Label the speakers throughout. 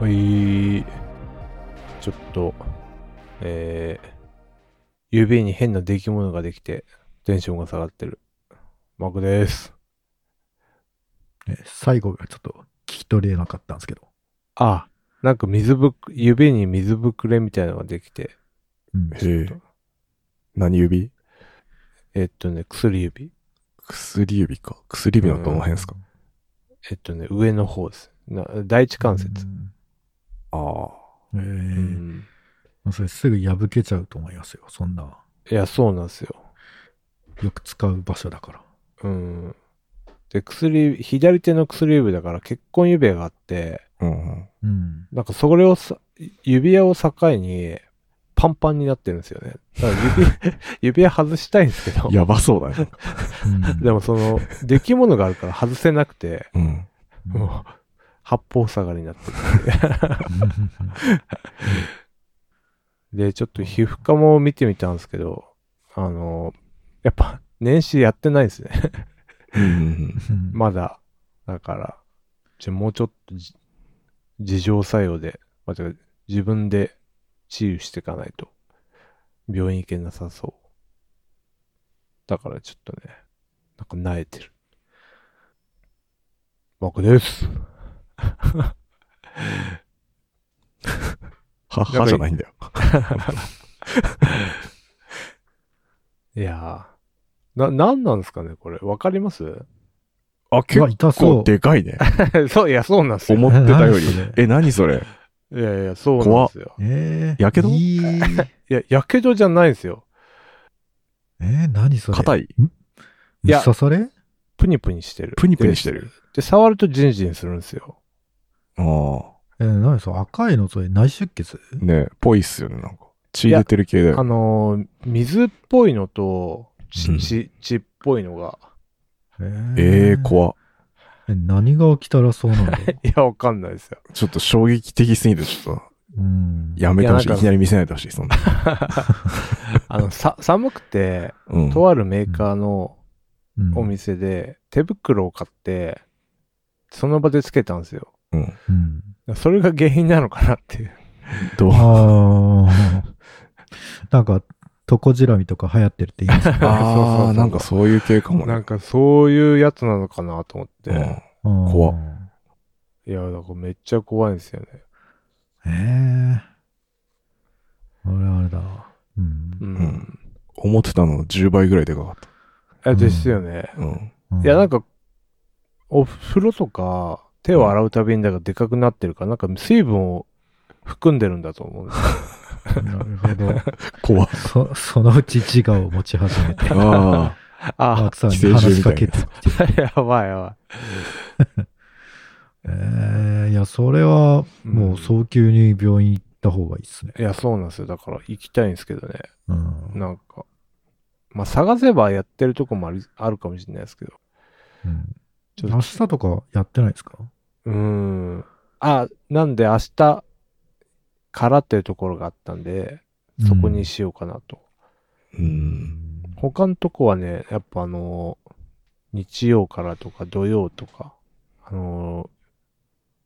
Speaker 1: はい。ちょっと、えー、ゆうべに変な出来物ができて、テンションが下がってる。マクです。
Speaker 2: ね最後がちょっと聞き取れなかったんですけど。
Speaker 1: あ、なんか水ぶく、指に水ぶくれみたいなのができて、
Speaker 2: うん。
Speaker 3: へえ。何指
Speaker 1: えっとね、薬指。
Speaker 3: 薬指か。薬指のどの辺ですか、
Speaker 1: えっとね、上の方です。な第一関節。
Speaker 3: ああ。
Speaker 2: うん。え
Speaker 1: う
Speaker 2: ー
Speaker 1: ん。
Speaker 2: まあそれすぐ破けちゃうと思いますよ。そんな、
Speaker 1: いや、そうなんですよ。
Speaker 2: よく使う場所だから。
Speaker 1: うん。で、薬、左手の薬指だから結婚指輪があって、
Speaker 3: うんうん。
Speaker 2: うん。
Speaker 1: なんかそれをさ、指輪を境に、パンパンになってるんですよね。だから指、指輪外したいんですけど、
Speaker 3: やばそうだね。
Speaker 2: うん
Speaker 1: でもその、出来物があるから外せなくて、
Speaker 3: うん。
Speaker 2: うん
Speaker 1: もう、八方下がりになってる。で、ちょっと皮膚科も見てみたんですけど、あの、やっぱ、年始やってないですね。
Speaker 3: うんうん
Speaker 2: うん
Speaker 1: まだ。だから、ちょもうちょっとじ、事情作用で、まあてか自分で治癒していかないと、病院行けなさそう。だからちょっとね、なんか慣れてる。マクです。
Speaker 3: は、はじゃないんだよ。
Speaker 1: いやー、な、なんなんですかね、これ。わかります
Speaker 3: あ、
Speaker 2: うわ
Speaker 3: 結
Speaker 2: 痛そ
Speaker 3: 構
Speaker 2: う。
Speaker 3: でかいね。
Speaker 1: そう、いや、そうなんですよ。
Speaker 3: 思ってたより
Speaker 2: 何それ。
Speaker 3: え、何それ
Speaker 1: いやいや、そうなんですよ。
Speaker 2: えー、
Speaker 3: やけど
Speaker 2: いい
Speaker 1: いや、やけどじゃないんですよ。
Speaker 2: えー、何それ
Speaker 3: 硬い
Speaker 1: いや
Speaker 2: 虫刺され
Speaker 1: プニプニしてる。
Speaker 3: プニプニしてる。
Speaker 1: で、触るとジンジンするんですよ。
Speaker 3: ああ。
Speaker 2: えー、何それ赤いのそれ内出血
Speaker 3: ねえ、ぽいっすよね、なんか。血出てる系だ
Speaker 1: あ
Speaker 3: よ。
Speaker 1: のー水っぽいのと、
Speaker 3: う
Speaker 1: ち、
Speaker 3: ん
Speaker 1: ち、血っぽいのが。
Speaker 2: えー
Speaker 3: ええー、怖っ
Speaker 2: え何が起きたらそうなんだろ
Speaker 1: いや、わかんないですよ。
Speaker 3: ちょっと衝撃的すぎて、ちょっと、
Speaker 2: う。うん。
Speaker 3: やめて ほし
Speaker 1: い
Speaker 3: い。
Speaker 1: やなんか
Speaker 3: いきなり見せないでほしい、そんな。
Speaker 1: あの、さ、 寒くて、
Speaker 3: うん。
Speaker 1: とあるメーカーの
Speaker 2: うん、
Speaker 1: お店で、手袋を買って、その場でつけたんですよ。
Speaker 3: うん。
Speaker 2: うん。
Speaker 1: それが原因なのかなっていう。
Speaker 3: どう
Speaker 2: ああ。 なんか、トコジラミとか流行ってるって言いますね。
Speaker 1: そうそう
Speaker 3: あ
Speaker 1: そう
Speaker 3: あ、なんかそう いう系かもね。
Speaker 1: なんか、そういうやつなのかなと思って。
Speaker 3: うん 怖
Speaker 2: 怖
Speaker 3: っ
Speaker 1: いや、だからめっちゃ怖いんですよね。
Speaker 2: ええあれあれだな。うん。
Speaker 1: う。
Speaker 3: うんん。思ってたの10倍ぐらいでかかっ
Speaker 1: え、ですよね。
Speaker 3: た。うん。
Speaker 2: う
Speaker 1: いや、なん
Speaker 2: か、
Speaker 1: か、お風呂とか、手を洗うたびに、だからでかくなってるから、なんか水分を含んでるんだと思うんですよ。
Speaker 2: なるほど。
Speaker 3: 怖っ
Speaker 2: そそのうち自我を持ち始めて、
Speaker 3: あ
Speaker 2: マー
Speaker 1: あ
Speaker 2: クさんに話しかけてきて。
Speaker 1: あ、 やばいやば
Speaker 2: ええいや、それは、
Speaker 1: い。
Speaker 2: も
Speaker 1: ん
Speaker 2: う早急に病院行った方がいいですね。
Speaker 1: いや、そうなんですよ。だから行きたいんですけどね。
Speaker 2: うん。
Speaker 1: なんか。まあ、探せばやってるとこもありあるかもしれないですけど。
Speaker 2: うん、
Speaker 1: ちょっ
Speaker 2: 明日とかやってないですか
Speaker 1: と、うーん。あ、なんで明日からっていうところがあったんで、そこにしようかなと。
Speaker 3: あ。うん。
Speaker 1: 他のとこはね、やっぱあの、日曜からとか土曜とか、あの、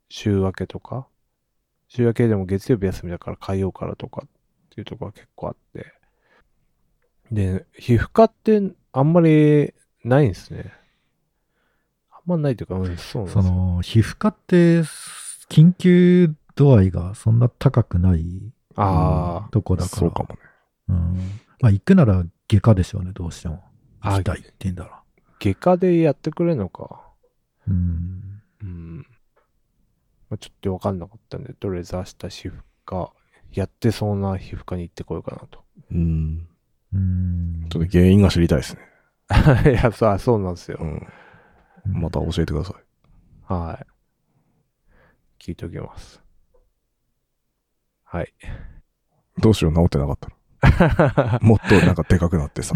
Speaker 1: 週明けとか、週明けでも月曜日休みだから火曜からとかっていうとこは結構あって。で、皮膚科ってあんまりないんですね。あんまないというか、うん、そうなん
Speaker 2: そ
Speaker 1: ですよ。
Speaker 2: の、皮膚科って、緊急度合いがそんな高くない
Speaker 1: あ
Speaker 2: とこだから。
Speaker 3: そうかもね。
Speaker 2: うん。まあ、行くなら外科でしょうね、どうしても。
Speaker 1: あ
Speaker 2: 行きたいって言うんだら。
Speaker 1: あ、外科でやってくれるのか。
Speaker 2: うん。
Speaker 1: うん。まあ、ちょっとわかんなかったんで、とりあえず明日皮膚科、やってそうな皮膚科に行ってこようかなと。
Speaker 3: うん。
Speaker 2: うん。
Speaker 3: ちょっと原因が知りたいですね。
Speaker 1: いや、そう、そうなんですよ
Speaker 3: う。ん。また教えてください。
Speaker 1: はい。聞いておきます。はい。
Speaker 3: どうしよう、治ってなかった ら。もっとなんかでかくな ってさ、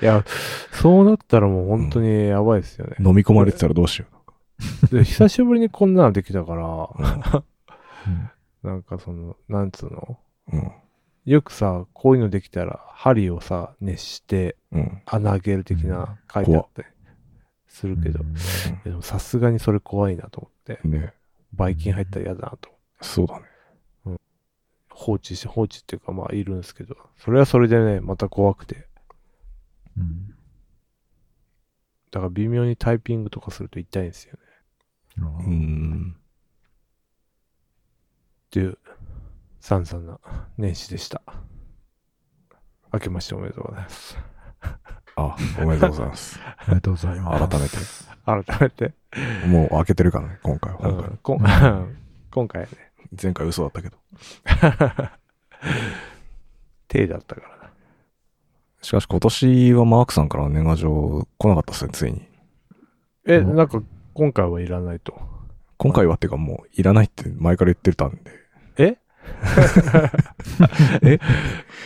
Speaker 1: いや、そうなったらもう本当にやばいですよね。
Speaker 3: 飲み込まれてたらどうしよ
Speaker 1: で久しぶりにこんなのできたから、
Speaker 3: う。うん
Speaker 1: なんかその、なんつうの
Speaker 3: うん。
Speaker 1: よくさ、こういうのできたら、針をさ、熱して、
Speaker 3: うん。
Speaker 1: 穴開ける的な書いてあって、するけど、
Speaker 2: うん
Speaker 1: いやでもさすがにそれ怖いなと思って。
Speaker 3: ね
Speaker 1: ばい菌入ったら嫌だなと。
Speaker 3: そうだね。
Speaker 1: 放置して、放置っていうかまあいるんですけど、それはそれでね、また怖くて。
Speaker 2: うん
Speaker 1: だから微妙にタイピングとかすると痛いんですよね。
Speaker 2: あ
Speaker 3: う
Speaker 2: ー
Speaker 3: ーん。
Speaker 1: っていう、散々な年始でした。明けましておめでとうございます。
Speaker 3: あ、おめでとうござい ます。
Speaker 2: ありがとうございます。
Speaker 3: 改めて。
Speaker 1: 改めて、
Speaker 3: もう開けてるからね、今回は。
Speaker 1: う
Speaker 3: 本当に
Speaker 1: ん、こん 今回はね、
Speaker 3: 前回嘘だったけど。
Speaker 1: 手だったからな。
Speaker 3: しかし今年はマークさんからの年賀状来なかったっすね、ついに。
Speaker 1: え、
Speaker 2: うん
Speaker 1: なんか今回はいらないと。
Speaker 3: 今回はっていうかもういらないって前から言ってたんで。
Speaker 1: え
Speaker 3: え
Speaker 1: いやい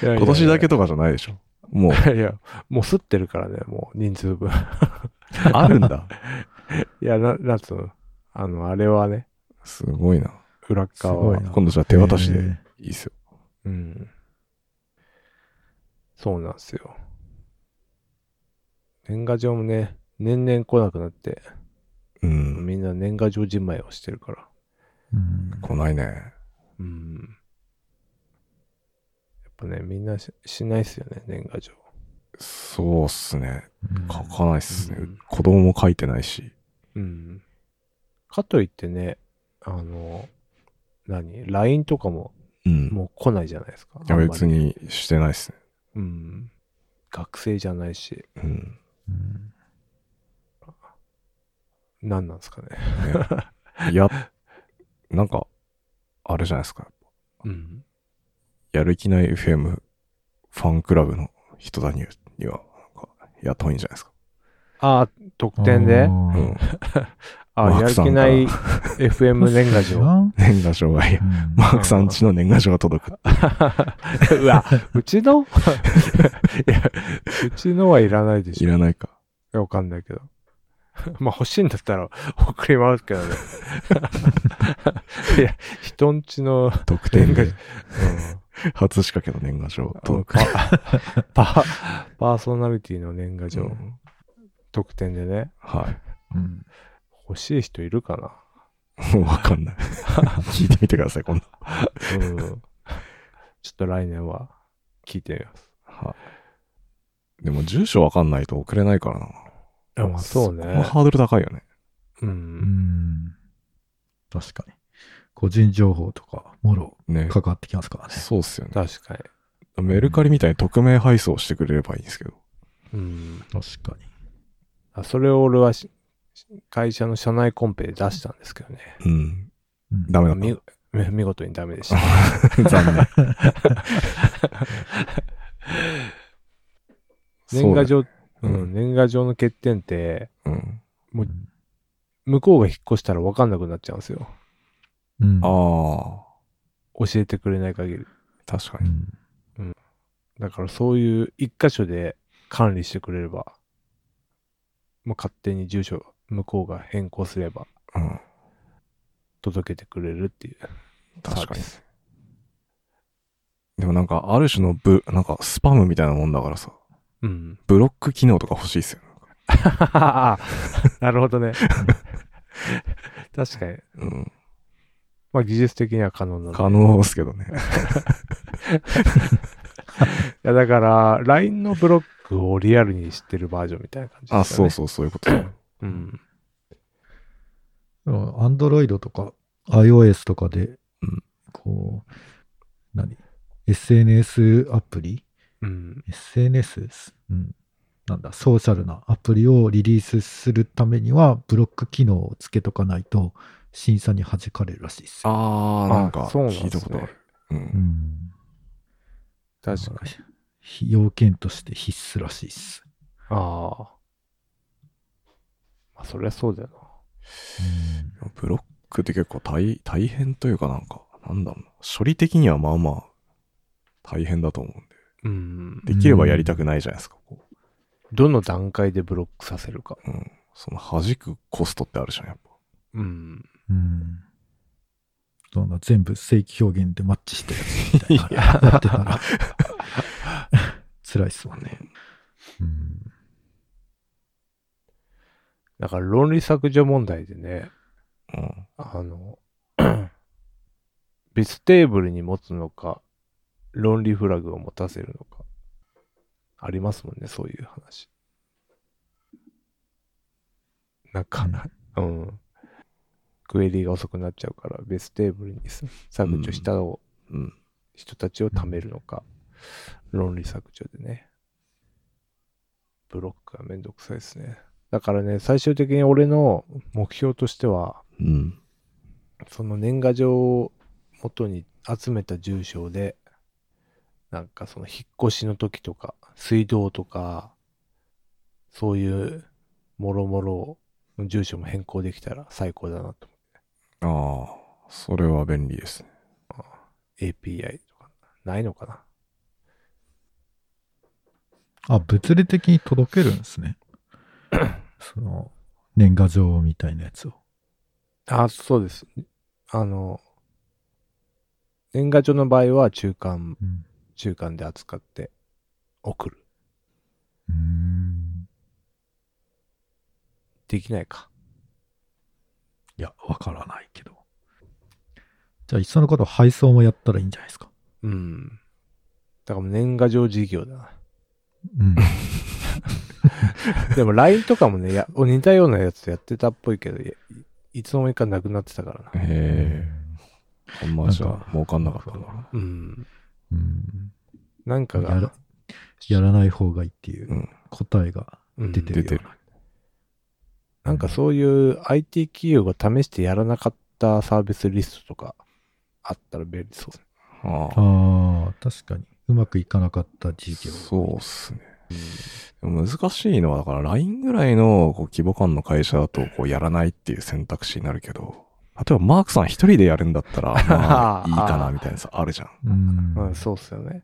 Speaker 1: やいや
Speaker 3: 今年だけとかじゃないでしょ。もう、
Speaker 1: いや、もうすってるからね、もう人数分。
Speaker 3: あるん だ。
Speaker 1: いや、な、なんつうの、あの、あれはね、
Speaker 3: すごいな。
Speaker 1: 裏っ側
Speaker 2: すごい
Speaker 1: は
Speaker 2: な。
Speaker 3: 今度じゃあ手渡しで
Speaker 2: えー
Speaker 3: いいっすよ。
Speaker 1: うん。そうなんですよ。年賀状もね、年々来なくなって、
Speaker 3: うん。
Speaker 1: みんな年賀状じまいをしてるから。
Speaker 2: うん
Speaker 3: 来ないね。
Speaker 1: うん。やっぱね、みんなししないっすよね、年賀状。
Speaker 3: そうっすね。書かないっすね
Speaker 1: うん。
Speaker 3: 子供も書いてないし。
Speaker 1: うん。かといってね、あの、何 ?LINE とかも
Speaker 3: うん。
Speaker 1: もう来ないじゃないですか。
Speaker 3: いや
Speaker 1: あんまり
Speaker 3: 別。にしてないっすね。
Speaker 1: うん。学生じゃないし、
Speaker 3: うん。
Speaker 2: うん
Speaker 1: 何なんですかね。
Speaker 3: ねいや、なんか、あれじゃないですか。
Speaker 1: うん。
Speaker 3: やる気ない FM ファンクラブの人だにには、なんか、雇いんじゃないですか。
Speaker 1: ああ、特典で
Speaker 2: あー
Speaker 3: うん。
Speaker 1: あ
Speaker 3: マー
Speaker 1: や
Speaker 3: ク
Speaker 1: る
Speaker 3: さん
Speaker 1: 気
Speaker 3: から
Speaker 1: ない FM 年賀
Speaker 2: う
Speaker 1: 状。
Speaker 2: ん
Speaker 3: 年賀状がいや、マークさんちの年賀状が届く。
Speaker 1: うわ、うちの いや、うちのはいらないでし
Speaker 3: いらないか。
Speaker 1: ょ。わかんないけど。 まあ欲しいんだったら 送りますけど ね。いや、人んちの、
Speaker 3: 特典
Speaker 1: 年
Speaker 3: で、
Speaker 1: うん
Speaker 3: 初仕掛けの年賀状届く。
Speaker 1: パーパーソナリティの年賀状、
Speaker 3: うん
Speaker 1: 特典でね、
Speaker 3: は
Speaker 2: うん
Speaker 1: 欲しい人いるかな。
Speaker 3: い。もうわか んない。聞いてみてください、今度。
Speaker 1: うん、ちょっと来年は聞いてみます。
Speaker 3: はい。でも、住所わかんないと送れないからな。
Speaker 1: あまあそう
Speaker 3: この
Speaker 1: ね。
Speaker 3: ハードル高いよね。
Speaker 1: う。
Speaker 2: うんん確かに。個人情報とか、もろ、
Speaker 3: ね。
Speaker 2: かかってきますからね。
Speaker 3: そうっすよね。
Speaker 1: 確か
Speaker 3: メルカリみたいに匿名配送してくれればいいんですけど。
Speaker 1: に。うん。
Speaker 2: 確かに。
Speaker 1: あそれを俺はし会社の社内コンペで出したんですけどね。
Speaker 3: うん。
Speaker 2: うん
Speaker 3: ダメだった。
Speaker 1: 見見 見事にダメでした。
Speaker 3: 残念。
Speaker 1: 年賀状、
Speaker 3: う
Speaker 1: う
Speaker 3: だね
Speaker 1: ん、年賀状の欠点って、
Speaker 3: うん。
Speaker 1: 向こうが引っ越したら分かんなくなっちゃうんですよ。
Speaker 2: うん
Speaker 3: あ
Speaker 1: 教えてくれない限り。
Speaker 3: あ、確か
Speaker 2: う
Speaker 3: に。
Speaker 2: ん
Speaker 1: だからそういう一箇所で管理してくれれば、もう勝手に住所向こうが変更すれば
Speaker 3: うん。
Speaker 1: 届けてくれるっていうサ
Speaker 3: 確
Speaker 1: ー
Speaker 3: か
Speaker 1: ビ
Speaker 3: に。
Speaker 1: ス。
Speaker 3: でもなんか、ある種のブ、なんかスパムみたいなもんだからさ、
Speaker 1: うん。
Speaker 3: ブロック機能とか欲しいっすよね。
Speaker 1: なるほど ね。確かに。
Speaker 3: うん。
Speaker 1: まあ技術的には可能なの。
Speaker 3: 可能ですけどね。
Speaker 1: いやだから、LINE のブロックをリアルに知ってるバージョンみたいな感じ
Speaker 3: あ、
Speaker 1: ですよ
Speaker 3: そう
Speaker 1: ね。
Speaker 3: そう、そういうことだ。
Speaker 1: う。うん。
Speaker 2: アンドロイドとか iOS とかで
Speaker 3: うん、
Speaker 2: こう、何 ?SNS アプリ
Speaker 1: うん。
Speaker 2: ?SNS? うん。なんだ、ソーシャルなアプリをリリースするためには、ブロック機能をつけとかないと、審査に弾かれるらしいですよ。
Speaker 3: ああ、なんか、
Speaker 1: そうなんです
Speaker 3: 聞
Speaker 1: ね
Speaker 3: いたことある。う。
Speaker 2: うんん。
Speaker 1: 確かに。
Speaker 2: に。要件として必須らしいっす。
Speaker 1: ああ。まあ、そりゃそうだよな。
Speaker 3: ブロックって結構大、大変というかなんか、なんだろうな。処理的にはまあまあ、大変だと思うん
Speaker 1: うん。
Speaker 3: で。できればやりたくないじゃないですか、こう。
Speaker 1: どの段階でブロックさせるか。
Speaker 3: うん。その弾くコストってあるじゃん、やっぱ。
Speaker 1: うん。
Speaker 2: うん。そんな全部正規表現でマッチしてるみたいなやってたら、辛いっすもんね。うん。
Speaker 1: だから論理削除問題でね、
Speaker 3: うん。
Speaker 1: あの、 ビステーブルに持つのか、論理フラグを持たせるのか。ありますもんね、そういう話。なんか、うん。クエリが遅くなっちゃうから、ベーステーブルにす削除したを、
Speaker 3: うん。
Speaker 1: 人たちを貯めるのか、論理削除でね。ブロックがめんどくさいですね。だからね、最終的に俺の目標としては、
Speaker 3: うん。
Speaker 1: その年賀状を元に集めた住所で、なんかその引っ越しの時とか、水道とか、そういうもろもろの住所も変更できたら最高だなと
Speaker 3: ああ、それは便利ですね。
Speaker 1: API とか、ないのかな
Speaker 2: あ、物理的に届けるんです ね。その、年賀状みたいなやつを。
Speaker 1: あ、そうです。あの、年賀状の場合は中間、
Speaker 2: うん。
Speaker 1: 中間で扱って送る。
Speaker 2: うーん
Speaker 1: できないか。
Speaker 2: いや、わからないけど。じゃあ、いっそのこと配送もやったらいいんじゃないですか。
Speaker 1: うん。だからもう年賀状事業だな。
Speaker 2: うん。
Speaker 1: でも LINE とかもね、や似たようなやつやってたっぽいけど、いいつの間にかなくなってたからな。
Speaker 3: へえ。あんまじゃ
Speaker 2: なん
Speaker 3: あ
Speaker 2: か
Speaker 3: 儲かんなかった
Speaker 2: そう
Speaker 3: な。
Speaker 1: うん。
Speaker 2: うん。
Speaker 1: なんか
Speaker 2: やら
Speaker 1: が、
Speaker 2: やらない方がいいっていううん答えが
Speaker 1: うん
Speaker 2: 出てるような。
Speaker 3: 出て
Speaker 1: なんかそういう IT 企業が試してやらなかったサービスリストとかあったら便利そうです
Speaker 3: ああ。
Speaker 2: ああ、確かに。うまくいかなかった事業。
Speaker 3: そうっすね。
Speaker 1: ね。
Speaker 3: でも難しいのは、だから LINE ぐらいのこう規模感の会社だと、こうやらないっていう選択肢になるけど、例えばマークさん一人でやるんだったら、まあいいかなみたいなさ、あるじゃん。
Speaker 2: うん。
Speaker 1: うん、そうっすよね。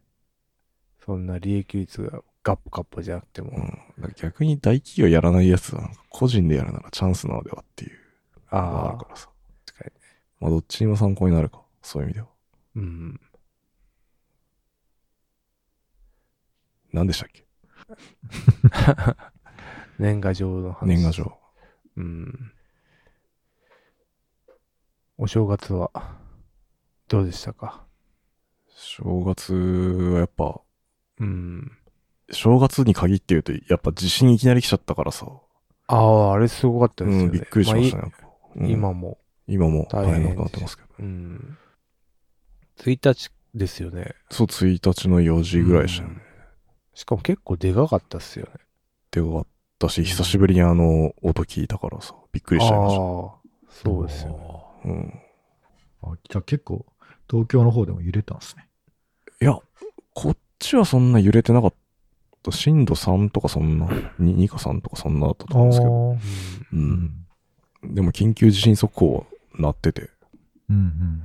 Speaker 1: そんな利益率がガッポガッポじゃなくても。
Speaker 3: うん。だから逆に大企業やらないやつは、なんか個人でやるならチャンスなのではっていうのがあ
Speaker 1: あ
Speaker 3: る
Speaker 1: あ
Speaker 3: か、らさ。
Speaker 1: 確か
Speaker 3: まあどっちにも参考になるか、そういう意味では。
Speaker 1: に。うん。
Speaker 3: 何でしたっけ
Speaker 1: 年賀状の話。
Speaker 3: 年賀。状。
Speaker 1: うん。お正月は、どうでしたか
Speaker 3: 正月はやっぱ、
Speaker 1: うん。
Speaker 3: 正月に限って言うと、やっぱ地震いきなり来ちゃったからさ。
Speaker 1: ああ、あれすごかったですよね。
Speaker 3: うん、びっくりしましたね。
Speaker 1: あ
Speaker 3: やっぱう
Speaker 1: い
Speaker 3: ん
Speaker 1: 今も。
Speaker 3: 今も大
Speaker 1: 大変
Speaker 3: 変なことになってますけど。
Speaker 1: うん。1日ですよね。
Speaker 3: そう、1日の4時ぐらいでしたよね。
Speaker 1: うんしかも結構でかかったっすよね。
Speaker 3: で終わったし、久しぶりにあの、音聞いたからさ、びっくりしちゃいま
Speaker 1: ああ、
Speaker 3: し
Speaker 1: そうですよね。
Speaker 3: た。うん。
Speaker 2: あー。あじゃあ結構、東京の方でも揺れたんですね。
Speaker 3: いや、こっちはそんな揺れてなかった。震度3とかそんな、2, 2か3とかそんなだったと思うんですけど。
Speaker 2: う
Speaker 3: うんん。でも緊急地震速報鳴ってて。
Speaker 2: うんうん。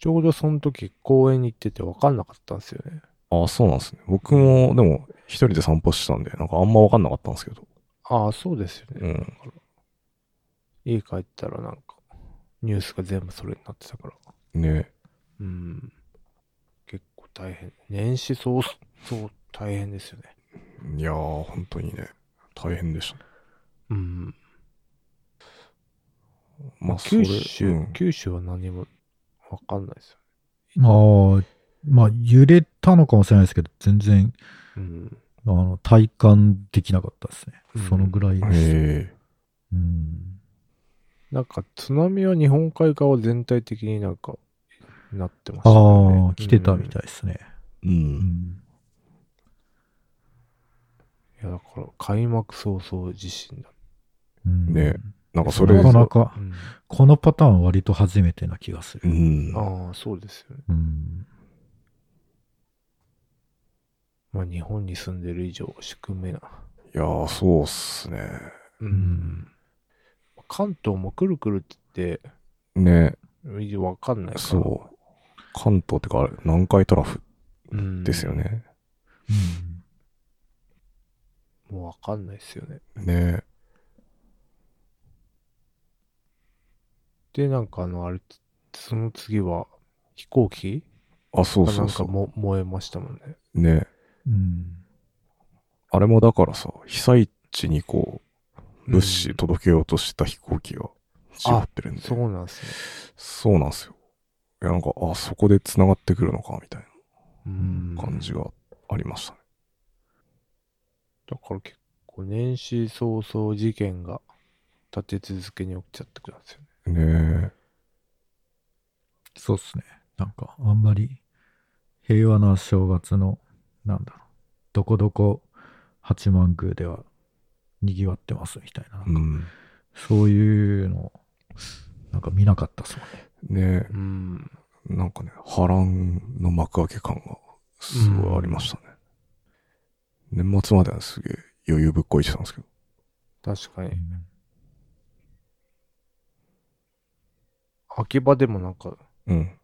Speaker 1: ちょうどその時公園に行ってて分かんなかったんですよね。
Speaker 3: ああ、そうなんですね。僕も、でも、一人で散歩してたんで、なんかあんまわかんなかったんですけど。
Speaker 1: ああ、そうですよね。
Speaker 3: うん。
Speaker 1: 家帰ったらなんか、ニュースが全部それになってたから。
Speaker 3: ね
Speaker 1: うん。結構大変。年始早々大変ですよね。
Speaker 3: いやー、本当にね、大変でしたね。
Speaker 1: うん。
Speaker 3: まあ、
Speaker 1: 九州、
Speaker 3: うん
Speaker 1: 九州は何も分かんないですよ
Speaker 2: ああ、まあ揺れたのかもしれないですけど、全然、
Speaker 1: ね。うん。
Speaker 2: あの、体感できなかったですね
Speaker 1: うん。
Speaker 2: そのぐらいです。
Speaker 3: へえ。
Speaker 2: うん。
Speaker 1: なんか津波は日本海側全体的になんか、なってましたよね。
Speaker 2: ああ、来てたみたいですね。
Speaker 3: う。
Speaker 2: うんん。
Speaker 1: うん。いや、だから開幕早々地震だ。
Speaker 2: うん
Speaker 3: ねなんかそ
Speaker 2: な
Speaker 3: れ、
Speaker 2: かなか
Speaker 1: う、ん、
Speaker 2: このパターン割と初めてな気がす
Speaker 3: う
Speaker 2: る。
Speaker 3: ん。
Speaker 1: ああ、そうですよね。
Speaker 2: うん。
Speaker 1: まあ日本に住んでる以上、宿命な。
Speaker 3: いやー、そうっすね。
Speaker 1: う。。
Speaker 2: うん
Speaker 1: 関東もくるくるって
Speaker 3: ね
Speaker 1: 言って、わかんないから。
Speaker 3: そう。関東ってか、あれ、南海トラフ
Speaker 1: うん。
Speaker 3: ですよね。
Speaker 2: うん
Speaker 1: もうわかんないですよね。
Speaker 3: ね
Speaker 1: で、なんかあの、あれ、その次は飛行機
Speaker 3: あ、そう
Speaker 1: が
Speaker 3: そ
Speaker 1: な
Speaker 3: うん
Speaker 1: か
Speaker 3: そう。
Speaker 1: も燃えましたもんね。
Speaker 3: ね
Speaker 2: うん。
Speaker 3: あれもだからさ、被災地にこう、物
Speaker 1: う
Speaker 3: 資
Speaker 1: ん
Speaker 3: 届けようとした飛行機が、違ってるんで。
Speaker 1: そうなんですね。
Speaker 3: そうなんですよ。いや、なんか、あ、そこで繋がってくるのか、みたい
Speaker 1: うん
Speaker 3: な感じがありましたね。
Speaker 1: だから結構年始早々事件が立て続けに起きちゃってくるんですよね。
Speaker 3: ね
Speaker 2: そうっすね。なんか、あんまり平和な正月の、なんだろう、どこどこ八幡宮では賑わってますみたいな、
Speaker 3: え。うん。
Speaker 2: そういうの、なんか見なかったっすもんね。
Speaker 3: ね
Speaker 1: うん。
Speaker 3: え、なんかね、波乱の幕開け感がすごいありましたね。年末まではすげえ余裕ぶっこいてたんですけど。
Speaker 1: 確かに。秋葉でもなんか
Speaker 3: うん。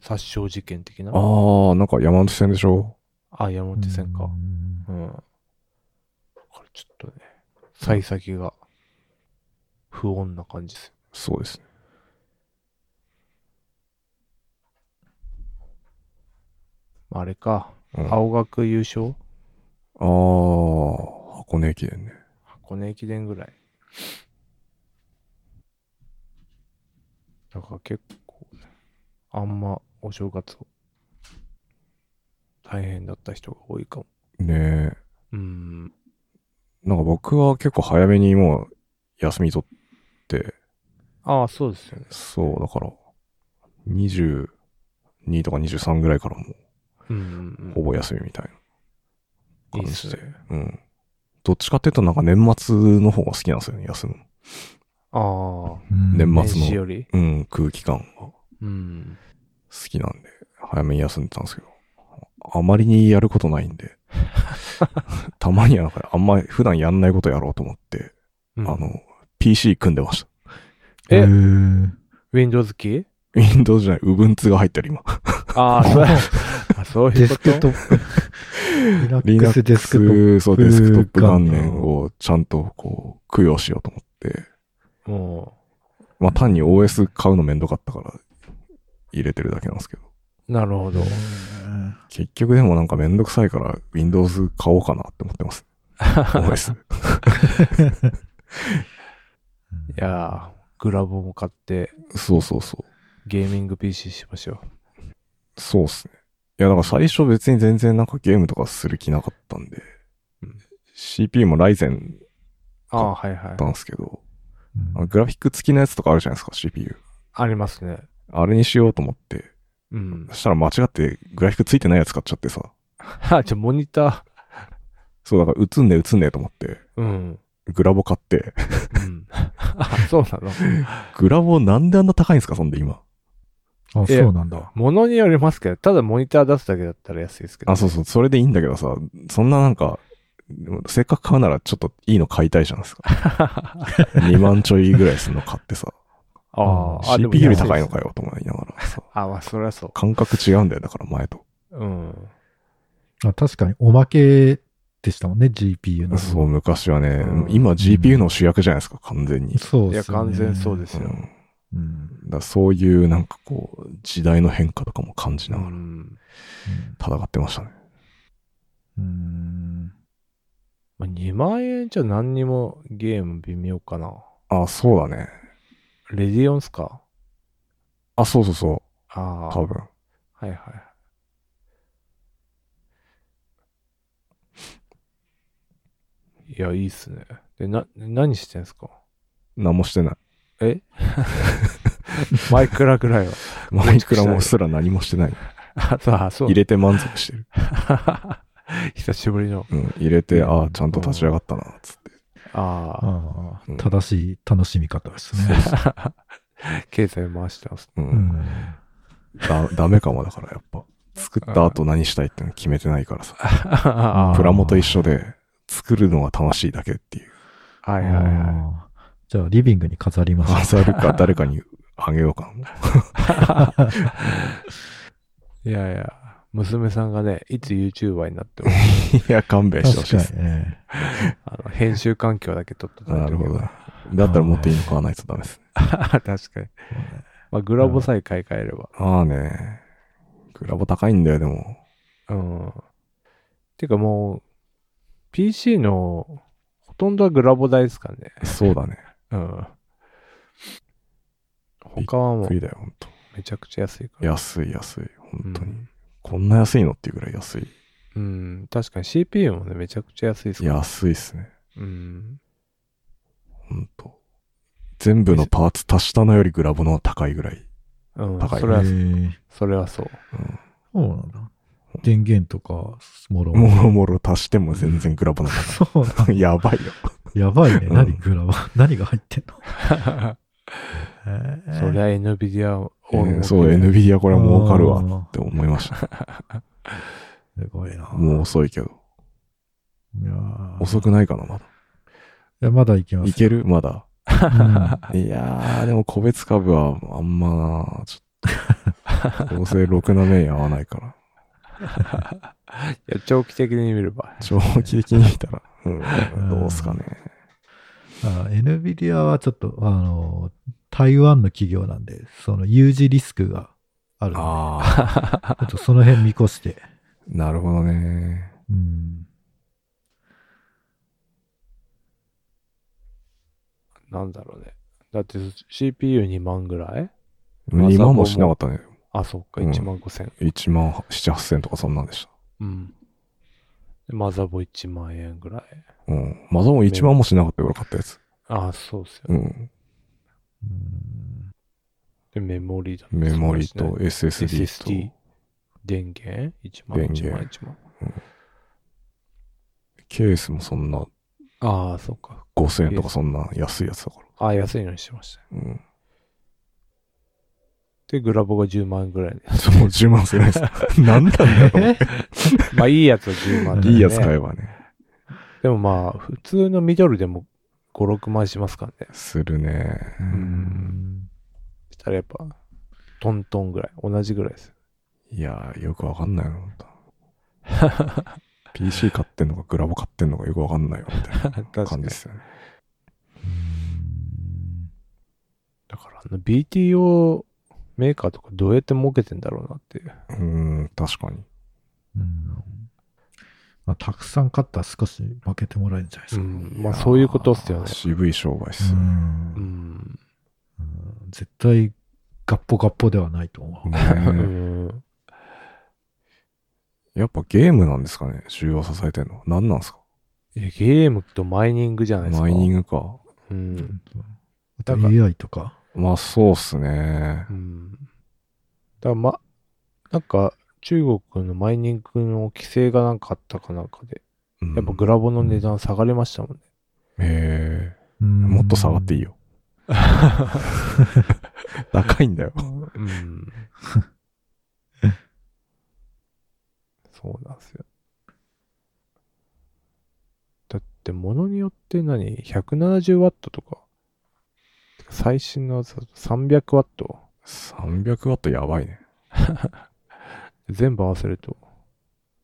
Speaker 1: 殺傷事件的な。
Speaker 3: ああ、なんか山手線でしょ
Speaker 1: あ、山手線
Speaker 2: う
Speaker 1: か。
Speaker 2: ん
Speaker 1: うん。だからちょっとね、幸先が不穏な感じですよ。
Speaker 3: そうですね。
Speaker 1: まあ、あれか、
Speaker 3: うん、あ
Speaker 1: 青学優勝
Speaker 3: あー、箱根駅伝ね。
Speaker 1: 箱根駅伝ぐらい。だから結構、あんまお正月を大変だった人が多いかも。
Speaker 3: ねえ。
Speaker 1: うん。
Speaker 3: なんか僕は結構早めにもう休み取って、
Speaker 1: ああ、そうですよね。
Speaker 3: そう、だから、22とか23ぐらいからも
Speaker 1: うん
Speaker 3: う
Speaker 1: うん
Speaker 3: ほぼ休みみたい
Speaker 1: うん。
Speaker 3: ない
Speaker 1: いっ
Speaker 3: 感じ
Speaker 1: す
Speaker 3: で。
Speaker 1: ね。
Speaker 3: うん。どっちかっていうとなんか年末の方が好きなんですよね、休む。
Speaker 1: あ
Speaker 2: うん
Speaker 1: あ、
Speaker 3: 年
Speaker 1: 年
Speaker 3: 末の
Speaker 1: 始より。
Speaker 3: うん、空気感が好
Speaker 1: うん。
Speaker 3: きなんで、早めに休んでたんですけど、あまりにやることない んで、たまにはなんかあんまり普段やんないことやろうと思って、
Speaker 1: うん
Speaker 3: あ、の、PC 組んでました。
Speaker 1: え
Speaker 2: へー
Speaker 1: Windows キー
Speaker 3: Windows じゃない、Ubuntu が入ってる 今。
Speaker 1: ああ、そうあそうい
Speaker 2: デ
Speaker 1: うこ
Speaker 2: スクト
Speaker 1: と。
Speaker 2: ッ プ。リラックスデスクトップ。
Speaker 3: そう、デスクトップ元年をちゃんとこう、供養しようと思って、
Speaker 1: も
Speaker 3: まあ単に OS 買うのめんどかったから、入れてるだけなんですけど。
Speaker 1: う、なるほど。
Speaker 3: 結局でもなんかめんどくさいから Windows 買おうかなって思っ てます。OS。
Speaker 1: いやー、グラボも買って、
Speaker 3: そうそうそう。
Speaker 1: ゲーミング PC しましょ
Speaker 3: そうっすね。いや、だから最初別に全然なんかゲームとかする気なかったんで、
Speaker 1: うん
Speaker 3: CPU もライゼン
Speaker 1: う。ああ、はいは
Speaker 3: だ
Speaker 1: い
Speaker 3: った。んですけど、
Speaker 2: うん
Speaker 3: あのグラフィック付きのやつとかあるじゃないですか、CPU。
Speaker 1: ありますね。
Speaker 3: あれにしようと思って、
Speaker 1: うん
Speaker 3: そ。したら間違ってグラフィック付いてないやつ買っちゃってさ、
Speaker 1: あ、じゃあモニタ
Speaker 3: そうだから映んねえ映んねえと思って、
Speaker 1: ー。うん。
Speaker 3: グラボ買って、
Speaker 1: うん。あ、そうなの。
Speaker 3: グラボなんであんな高いんですか、そんで今。
Speaker 2: あ、そうなんだ。
Speaker 1: ものによりますけど、ただモニター出すだけだったら安いですけど。
Speaker 3: あ、そうそう、それでいいんだけどさ、そんななんか、せっかく買うならちょっといいの買いたいじゃない ですか。2万ちょいぐらいするの買ってさ、
Speaker 1: あーあ、でも
Speaker 3: CPU より高いの
Speaker 1: 安
Speaker 3: かよと思いながらさ、
Speaker 1: です。あ、まあ、そりゃそ
Speaker 3: 感覚違うんだよ、だから前と。
Speaker 1: う。うん。
Speaker 2: あ確かに、おまけでしたもんね、GPU の。
Speaker 3: そう、昔はね
Speaker 1: うん、
Speaker 3: 今 GPU の主役じゃないですか、完全に。
Speaker 2: そう
Speaker 1: い
Speaker 2: で
Speaker 1: や、
Speaker 2: すよね
Speaker 1: 完全そうです
Speaker 3: うん、だ
Speaker 1: よ。
Speaker 3: か
Speaker 2: うん
Speaker 3: らそういうなんかこう、時代の変化とかも感じ
Speaker 1: う
Speaker 3: ながら
Speaker 1: ん。
Speaker 3: 戦ってましたね。
Speaker 2: うんうん
Speaker 1: まあ、2万円じゃ何にもゲーム微妙かな。
Speaker 3: あ、そうだね。
Speaker 1: レディオンスか
Speaker 3: あ、そうそうそう。
Speaker 1: ああ。
Speaker 3: 多分。
Speaker 1: はいはい。いや、いいっすね。で、な、何してんすか
Speaker 3: 何もしてない。
Speaker 1: え マイクラぐらいは。
Speaker 3: マイクラもすら何もしてない。
Speaker 1: あ、そう、あそう
Speaker 3: 入。れて満足してる。
Speaker 1: 久しぶりの。
Speaker 3: うん。入れて、ああ、ちゃんと立ち上がったな、つって。
Speaker 1: あ
Speaker 2: ああ
Speaker 3: うん
Speaker 2: 正しい楽しみ方ですね。
Speaker 1: あ。経済回してます。
Speaker 3: う。
Speaker 2: うんん
Speaker 3: だ、ダメかもだから、やっぱ。作った後何したいっての決めてないからさ。
Speaker 1: は
Speaker 2: あー
Speaker 3: プラモと一緒で、作るのが楽しいだけっていう。
Speaker 1: いはいは
Speaker 2: あーじゃあ、リビングに飾りましょ
Speaker 3: 飾るか誰かにあげようかな。
Speaker 1: い。いやいや、娘さんがね、いつ YouTuber にな っても、
Speaker 3: いや、勘
Speaker 2: う。
Speaker 3: 弁してほしいで
Speaker 2: 確か
Speaker 3: す。
Speaker 2: にね。
Speaker 1: あの編集環境だけ取っとか
Speaker 3: ない
Speaker 1: と
Speaker 3: るほど。だったらもっといいの買わないとダメですね。
Speaker 1: 確かに。まあ、グラボさえ買い替えれば。
Speaker 3: ああね。グラボ高いんだよ、でも。
Speaker 1: うん。てかもう、PC のほとんどはグラボ台ですからね。
Speaker 3: そうだね。
Speaker 1: うん。他は
Speaker 3: び
Speaker 1: も
Speaker 3: っくりだよ、ほんと。
Speaker 1: うめちゃくちゃ安いから。
Speaker 3: 安い安い。本当に。
Speaker 1: うん
Speaker 3: こんな安いのっていうぐらい安い。
Speaker 1: うん、確かに CPU もね、めちゃくちゃ安いですから。
Speaker 3: 安いっすね。
Speaker 1: うん。
Speaker 3: 本当全部のパーツ足したのよりグラボの方が高いぐらい。
Speaker 1: うん、
Speaker 3: 高い
Speaker 1: それは、
Speaker 2: へえ
Speaker 1: それはそう。
Speaker 2: そうなんだ。電源とか、もろ
Speaker 3: うん。もろもろ足しても全然グラボの方
Speaker 2: そ
Speaker 3: が
Speaker 2: うなんだ
Speaker 3: 高い。やばいよ。
Speaker 2: やばいね。
Speaker 3: うん
Speaker 2: 何グラバー。 何が入ってん のへえ
Speaker 1: そりゃ NVIDIA を、
Speaker 3: うんそう、NVIDIA これは儲かるわっ
Speaker 2: あ
Speaker 3: て思いました。
Speaker 2: ーすごいな。
Speaker 3: もう遅いけど。
Speaker 2: いやー
Speaker 3: 遅くないかな、まだ。
Speaker 2: いやまだいけます。
Speaker 3: いけるまだ。
Speaker 2: うん
Speaker 3: いやー、でも個別株はあんまな、ちょっと。 どうせろくな目に合わないから。
Speaker 1: いや長期的に見れば。
Speaker 3: 長期的に見たら、うん、
Speaker 2: うん
Speaker 3: どうすかね。
Speaker 2: あ NVIDIA はちょっと、あの、台湾の企業なんで、その有事リスクがあるので。
Speaker 3: あ
Speaker 2: ちょ
Speaker 3: あ、
Speaker 2: っとその辺見越して。
Speaker 3: なるほどね。
Speaker 2: うん。
Speaker 1: なんだろうね。だって CPU2 万ぐらいまあ
Speaker 3: 2万もしなかったね。
Speaker 1: あ、そっか、
Speaker 3: うん
Speaker 1: 1万5千。
Speaker 3: 1万7、8千とかそんなんでした。
Speaker 1: うん。でマザボ1万円ぐらい。
Speaker 3: うん。マザも1万もしなかったよ、俺買ったやつ。
Speaker 1: あ、そうっすよ
Speaker 3: う
Speaker 1: ね。
Speaker 3: ん。
Speaker 2: うん
Speaker 1: で、メモリーだって
Speaker 3: メモリ
Speaker 1: そうだし
Speaker 3: と
Speaker 1: ね
Speaker 3: SSD
Speaker 1: SSD
Speaker 3: と
Speaker 1: 電源 ?1 万、
Speaker 3: 電
Speaker 1: 1
Speaker 3: 源
Speaker 1: 万、1万。
Speaker 3: ケースもそんな
Speaker 1: ああ、そっか。
Speaker 3: 5千円とかそんな安いやつだから。
Speaker 1: ああ、安いのにしてました。
Speaker 3: うん。
Speaker 1: で、グラボが10万ぐらいで。
Speaker 3: そう、10万するやつ。 なんなんだろう。
Speaker 1: まあ、いいやつは10万で、ね。
Speaker 3: いいやつ買えばね。
Speaker 1: でもまあ、普通のミドルでも5、6万しますからね。
Speaker 3: するね。
Speaker 1: んしたらやっぱ、トントンぐらい。同じぐらいです。
Speaker 3: いやー、よくわかんないよ、ほんと PC 買ってんのか、グラボ買ってんのかよくわかんないよ、みたい
Speaker 1: 確
Speaker 3: な
Speaker 1: か
Speaker 3: 感
Speaker 1: に
Speaker 3: じで。すよね。
Speaker 1: だから、あの BTO メーカーとかどうやって儲けてんだろうなっていう。
Speaker 3: うーん、確かに。
Speaker 2: うんまあ、たくさん勝ったら少し負けてもらえるんじゃないで
Speaker 1: う
Speaker 2: すか。
Speaker 1: ん。まあ、そういうことっすよ
Speaker 3: あー
Speaker 1: ね。
Speaker 3: 渋い商売っす
Speaker 2: う
Speaker 3: よ
Speaker 2: ん
Speaker 3: ね。
Speaker 1: うん。
Speaker 2: うん絶対、ガッポガッポではないと思う。
Speaker 1: う
Speaker 3: ね
Speaker 1: ん。
Speaker 3: やっぱゲームなんですかね、需要を支えてんの。何なんですか
Speaker 1: えゲームとマイニングじゃないですか。
Speaker 3: マイニングか。
Speaker 1: うん。
Speaker 2: あ
Speaker 1: だ
Speaker 2: と
Speaker 1: から
Speaker 2: AI とか。
Speaker 3: まあ、そうっすね
Speaker 1: う。ん。だから、ま、なんか、中国のマイニングの規制がなんかあったかなんかで、
Speaker 3: うん
Speaker 1: やっぱグラボの値段下がりましたもんね。
Speaker 3: へえ。
Speaker 2: も
Speaker 3: もっと下がっていい
Speaker 2: よ。
Speaker 3: よ。高いんだよ。
Speaker 1: うん。 そうなんですよ。だって、ものによって何 ?170 ワットとか。てか最新のやつだと300ワット。
Speaker 3: 300ワットやばいね。
Speaker 1: 全部合わせると。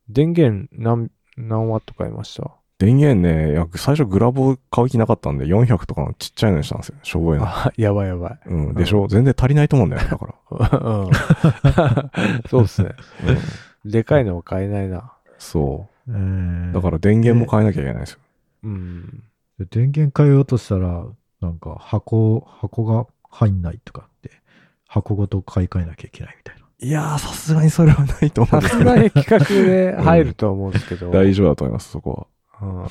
Speaker 1: 電源何、何ワット買いました
Speaker 3: 電源ね、いや最初グラボ買う気なかったんで、400とかのちっちゃいのにしたんですよ。しょぼいの。
Speaker 1: あ、 やばいやばい。
Speaker 3: うん、でしょ、全然足りないと思うんだよね、だ から。
Speaker 1: うん。 そうっすね。でかいのは買えないな。
Speaker 3: そ
Speaker 2: え
Speaker 3: う。
Speaker 2: ー
Speaker 3: だから電源も変えなきゃいけないんですよ。
Speaker 1: うん。
Speaker 2: 電源変えようとしたら、なんか箱、箱が入んないとかって、箱ごと買い替えなきゃいけないみたいな。
Speaker 3: いやー、さすがにそれはないと思う
Speaker 1: さ
Speaker 3: んです
Speaker 1: す
Speaker 3: けど
Speaker 1: が。に企画で入るとは思うんですけど。
Speaker 3: 大丈夫だと思います、そこ
Speaker 1: うんやっ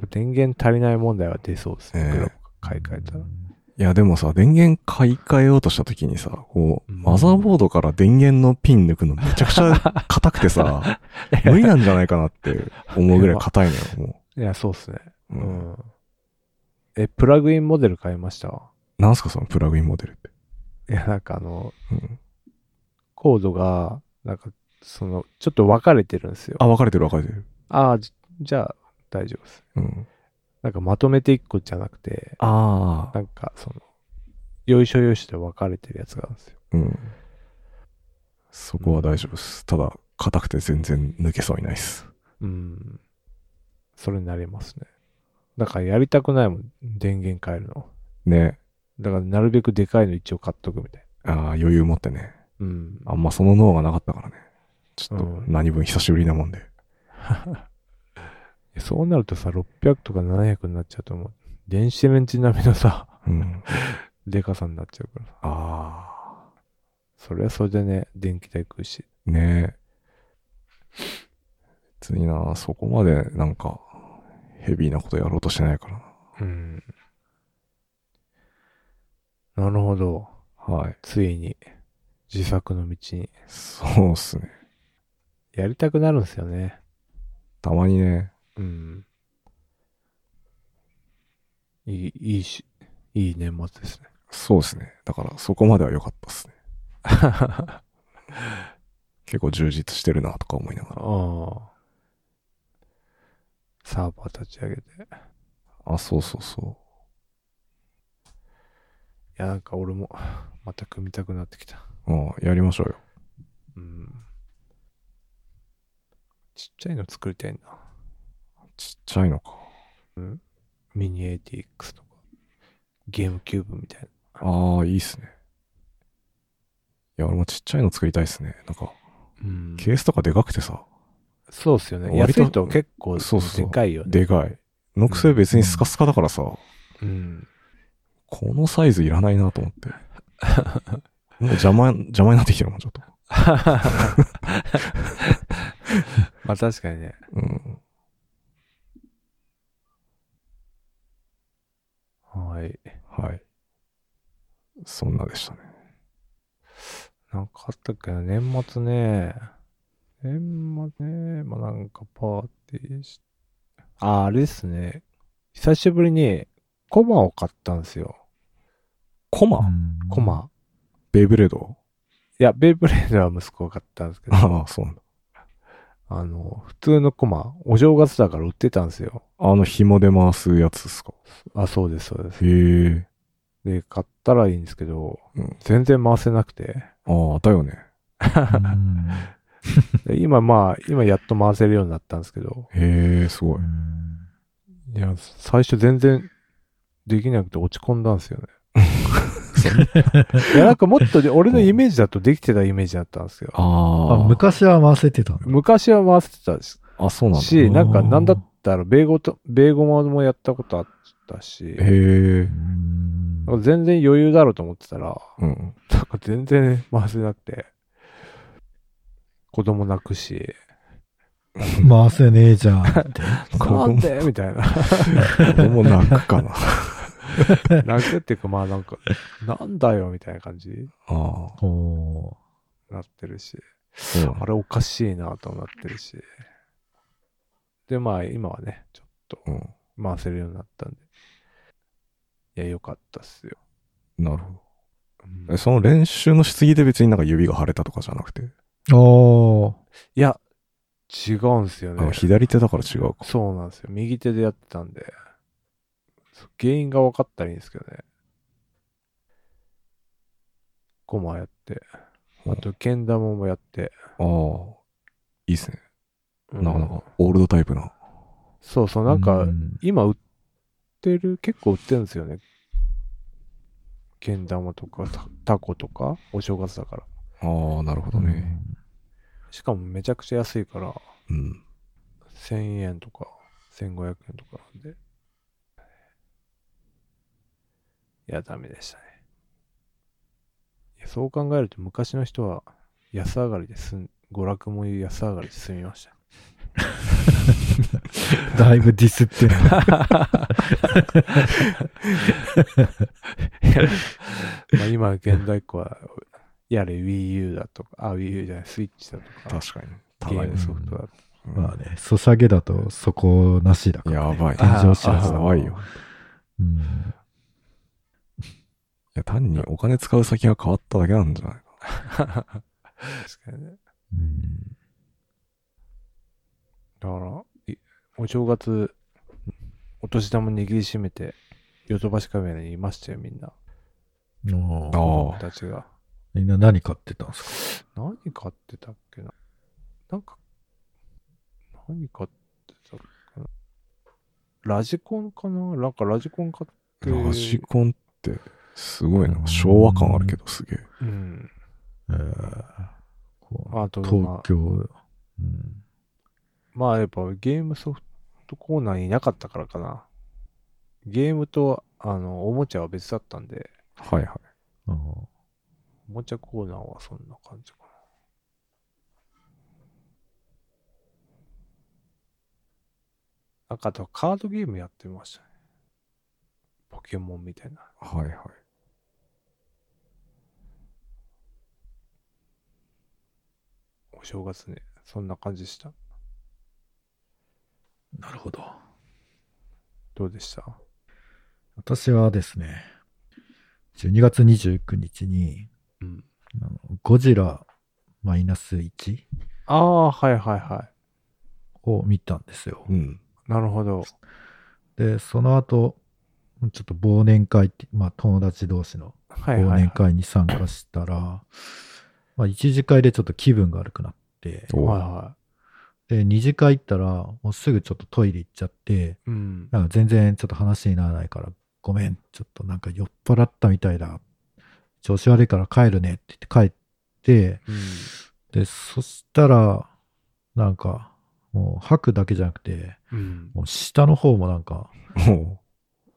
Speaker 1: ぱ電源足りない問題は出そうですね。
Speaker 3: ええ
Speaker 1: グラボ買い替えたら。
Speaker 3: は。いや、でもさ、電源買い替えようとした時にさ、こう、
Speaker 1: うん
Speaker 3: マザーボードから電源のピン抜くのめちゃく ちゃ硬くてさ、無理なんじゃないかなって思うぐらい硬いのよ、も
Speaker 1: いや、そうっすね。
Speaker 3: う。う
Speaker 1: うんん。え、プラグインモデル買いました
Speaker 3: なんすか、そのプラグインモデルって。
Speaker 1: いや、なんかあの、
Speaker 3: うん
Speaker 1: コードが、なんか、その、ちょっと分かれてるんですよ。
Speaker 3: あ、分かれてる分かれてる。
Speaker 1: ああ、じじゃあ、大丈夫です。
Speaker 3: うん。
Speaker 1: なんかまとめて一個じゃなくて、
Speaker 3: あ
Speaker 1: な。んかその、よいしょよいしょで分かれてるやつがあるんですよ。
Speaker 3: うん。そこは大丈夫です。ただ、硬くて全然抜けそうにないです。
Speaker 1: うん。それになりますね。だからやりたくないもん、電源変えるの。
Speaker 3: ね。
Speaker 1: だからなるべくでかいの一応買っとくみたい
Speaker 3: ああ、余裕持ってね。
Speaker 1: な。うん。
Speaker 3: あんまその脳がなかったからね。ちょっ
Speaker 1: う
Speaker 3: と
Speaker 1: ん、
Speaker 3: 何分久しぶりなもんで。
Speaker 1: そうなるとさ、600とか700になっちゃうともう、電子レンジ並みのさ、
Speaker 3: うん。
Speaker 1: でかさになっちゃうからさ。
Speaker 3: ああ。
Speaker 1: それはそれでね、電気代食うし。
Speaker 3: ねえ。別にな、そこまでなんか、ヘビーなことやろうとしてないから
Speaker 1: うん。なるほど。
Speaker 3: な。はい。
Speaker 1: ついに、自作の道に。
Speaker 3: そうっすね。
Speaker 1: やりたくなるんですよね。
Speaker 3: たまにね、
Speaker 1: うん。いい、いいし、いい年末ですね。
Speaker 3: そうっすね。だからそこまでは良かったっすね。 結構充実してるなとか思いながら。
Speaker 1: ああ。サーバー立ち上げて。い
Speaker 3: あ、そうそうそ
Speaker 1: や、なんか俺も、また組みたくなってきた。
Speaker 3: う。うん、やりましょうよ。
Speaker 1: うん。ちっちゃいの作りたいな。
Speaker 3: ちっちゃいのか。
Speaker 1: ミニ ATX とか。ゲームキューブみたいな。
Speaker 3: ああ、いいっすね。いや、俺もちっちゃいの作りたいっすね。なんか、
Speaker 1: うん
Speaker 3: ケースとかでかくてさ、
Speaker 1: そうっすよね。
Speaker 3: 割
Speaker 1: 安
Speaker 3: と
Speaker 1: いと結構
Speaker 3: そうそう
Speaker 1: でかいよね。
Speaker 3: でかい。のくせ別にスカスカだからさ、
Speaker 1: うん。
Speaker 3: このサイズいらないなと思って。もう邪魔、邪魔になってきてるもん、ちょっと。
Speaker 1: まあ確かにね。
Speaker 3: うん。
Speaker 1: はい。
Speaker 3: はい。そんなでしたね。
Speaker 1: なんかあったっけな、年末ね。年末ね、まあなんかパーティーし、あ、あれですね。久しぶりにコマを買ったんですよ。
Speaker 3: コマ、
Speaker 2: うん
Speaker 1: コ。マ。
Speaker 3: ベイブレード
Speaker 1: いや、ベイブレードは息子が買ったん ですけど、
Speaker 3: ああ、そうなんだ。
Speaker 1: あの、普通のコマ、お正月だから売ってたんですよ。
Speaker 3: あの紐で回すやつですか。
Speaker 1: あ、そうです、そうです。
Speaker 3: へえ。
Speaker 1: で、買ったらいいんですけど、
Speaker 3: うん
Speaker 1: 全然回せなくて。
Speaker 3: ああ、だよね。
Speaker 2: うん
Speaker 1: で今まあ、今やっと回せるようになったんですけど、
Speaker 3: へえ、すごい。
Speaker 1: いや、最初全然できなくて落ち込んだんですよね。いや、なんかもっとで、俺のイメージだとできてたイメージだったんですよ。
Speaker 2: あ
Speaker 3: あ
Speaker 2: 昔は回せてたんだ
Speaker 1: 昔は回せてたし、
Speaker 3: あ、あ、そうなんだ。
Speaker 1: し
Speaker 2: んだ
Speaker 1: なんかなんだったら、米語と、米語もやったことあったし、
Speaker 3: へえ。
Speaker 2: うん
Speaker 1: なんか全然余裕だろうと思ってたら、
Speaker 3: うん。
Speaker 1: なんか全然回せなくて、子供泣くし、
Speaker 2: 回せねえじゃんって。
Speaker 3: 子
Speaker 1: な
Speaker 3: 供
Speaker 1: んでみたい な。
Speaker 3: 子供泣くかな。あ
Speaker 1: 泣くっていうか、まあなんか、なんだよみたいな感じに
Speaker 3: あ、
Speaker 2: お
Speaker 1: なってるし。
Speaker 3: そうなん
Speaker 1: あ
Speaker 3: だ。
Speaker 1: れおかしいなとなってるし。で、まあ今はね、ちょっと
Speaker 3: うん。
Speaker 1: 回せるようになったんで。いや、よかったっすよ。
Speaker 3: なるほ
Speaker 1: うん
Speaker 3: ど。えその練習のしすぎで別になんか指が腫れたとかじゃなくて、
Speaker 2: ーお
Speaker 1: いや、違うんすよ
Speaker 3: あの
Speaker 1: ね。
Speaker 3: 左手だから違うか。
Speaker 1: そうなんですよ。右手でやってたんで。そう原因が分かったらいいんですけどね。コマやって。あと、けん玉もやって。
Speaker 3: ああ、いいっすね。
Speaker 1: うん
Speaker 3: なかなか、オールドタイプな。
Speaker 1: そうそう、
Speaker 2: ー
Speaker 1: なんか、
Speaker 2: うん
Speaker 1: 今売ってる、結構売ってるんですよね。けん玉とかた、タコとか、お正月だから。
Speaker 3: ああ、なるほどね。
Speaker 1: しかもめちゃくちゃ安いから、
Speaker 3: うん。
Speaker 1: 1000円とか、1500円とかなんで。いや、ダメでしたね。いやそう考えると、昔の人は安上がりで済ん、娯楽も安上がりで済みました。
Speaker 2: だいぶディ スってんな
Speaker 1: まあ今、現代っ子は、やれ Wii U だとか、あ、Wii U じゃない、スイッチだとか、
Speaker 3: 確かに。
Speaker 1: ゲ
Speaker 3: 高い
Speaker 1: ー
Speaker 3: で
Speaker 1: ム
Speaker 3: す
Speaker 1: ソ。フトだとか
Speaker 2: まあね、ソシャゲだとそこなしだから。
Speaker 3: やばい。
Speaker 1: あ
Speaker 2: 天井知らず
Speaker 1: あ
Speaker 2: だ
Speaker 1: あ
Speaker 3: 怖いよ。
Speaker 2: うん
Speaker 3: いや、単にお金使う先が変わっただけなんじゃない
Speaker 1: 確
Speaker 3: か。
Speaker 1: かにね。
Speaker 2: うん
Speaker 1: だから、いお正月、お年玉握りしめて、ヨドバシカメラにいましたよ、みんな。
Speaker 2: おー
Speaker 3: あ
Speaker 1: 僕たちが。
Speaker 2: みんな何買ってたんですか
Speaker 1: 何買ってたっけななんか、何買ってたっけなラジコンかななんかラジコン買って。
Speaker 3: あ。ラジコンって、すごいな。昭和感あるけど、すげえ。
Speaker 1: うん。
Speaker 2: えーこう
Speaker 1: あと、ま
Speaker 2: 東
Speaker 1: あ、
Speaker 2: 京、うん
Speaker 1: まあやっぱゲームソフトコーナーにいなかったからかな。ゲームと、あの、おもちゃは別だったんで、
Speaker 3: はいはい。
Speaker 2: あー
Speaker 1: おもちゃコーナーはそんな感じかな。なんかあとカードゲームやってましたね。ポケモンみたいな。
Speaker 3: はいはい。
Speaker 1: お正月ね。そんな感じでした。
Speaker 2: なるほど。
Speaker 1: どうでした
Speaker 2: 私はですね、12月29日に、
Speaker 1: うん。
Speaker 2: あのゴジラマイナス1
Speaker 1: ああ、はいはいは
Speaker 2: を見たんですよ。
Speaker 3: うん。
Speaker 1: い。なるほど。
Speaker 2: で、その後、ちょっと忘年会って、まあ友達同士の
Speaker 1: はいはい、
Speaker 2: 忘
Speaker 1: はい。
Speaker 2: 年会に参加したら、まあ一次会でちょっと気分が悪くなって、
Speaker 3: お
Speaker 1: はいは
Speaker 2: で、二次会行ったら、もうすぐちょっとトイレ行っちゃって、
Speaker 1: い。うん。
Speaker 2: なんか全然ちょっと話にならないから、ごめん、ちょっとなんか酔っ払ったみたいだ。調子悪いから帰るねって言って帰って、
Speaker 1: うん
Speaker 2: で、そしたら、なんか、もう吐くだけじゃなくて、
Speaker 1: うん。
Speaker 2: もう下の方もなんか、
Speaker 3: も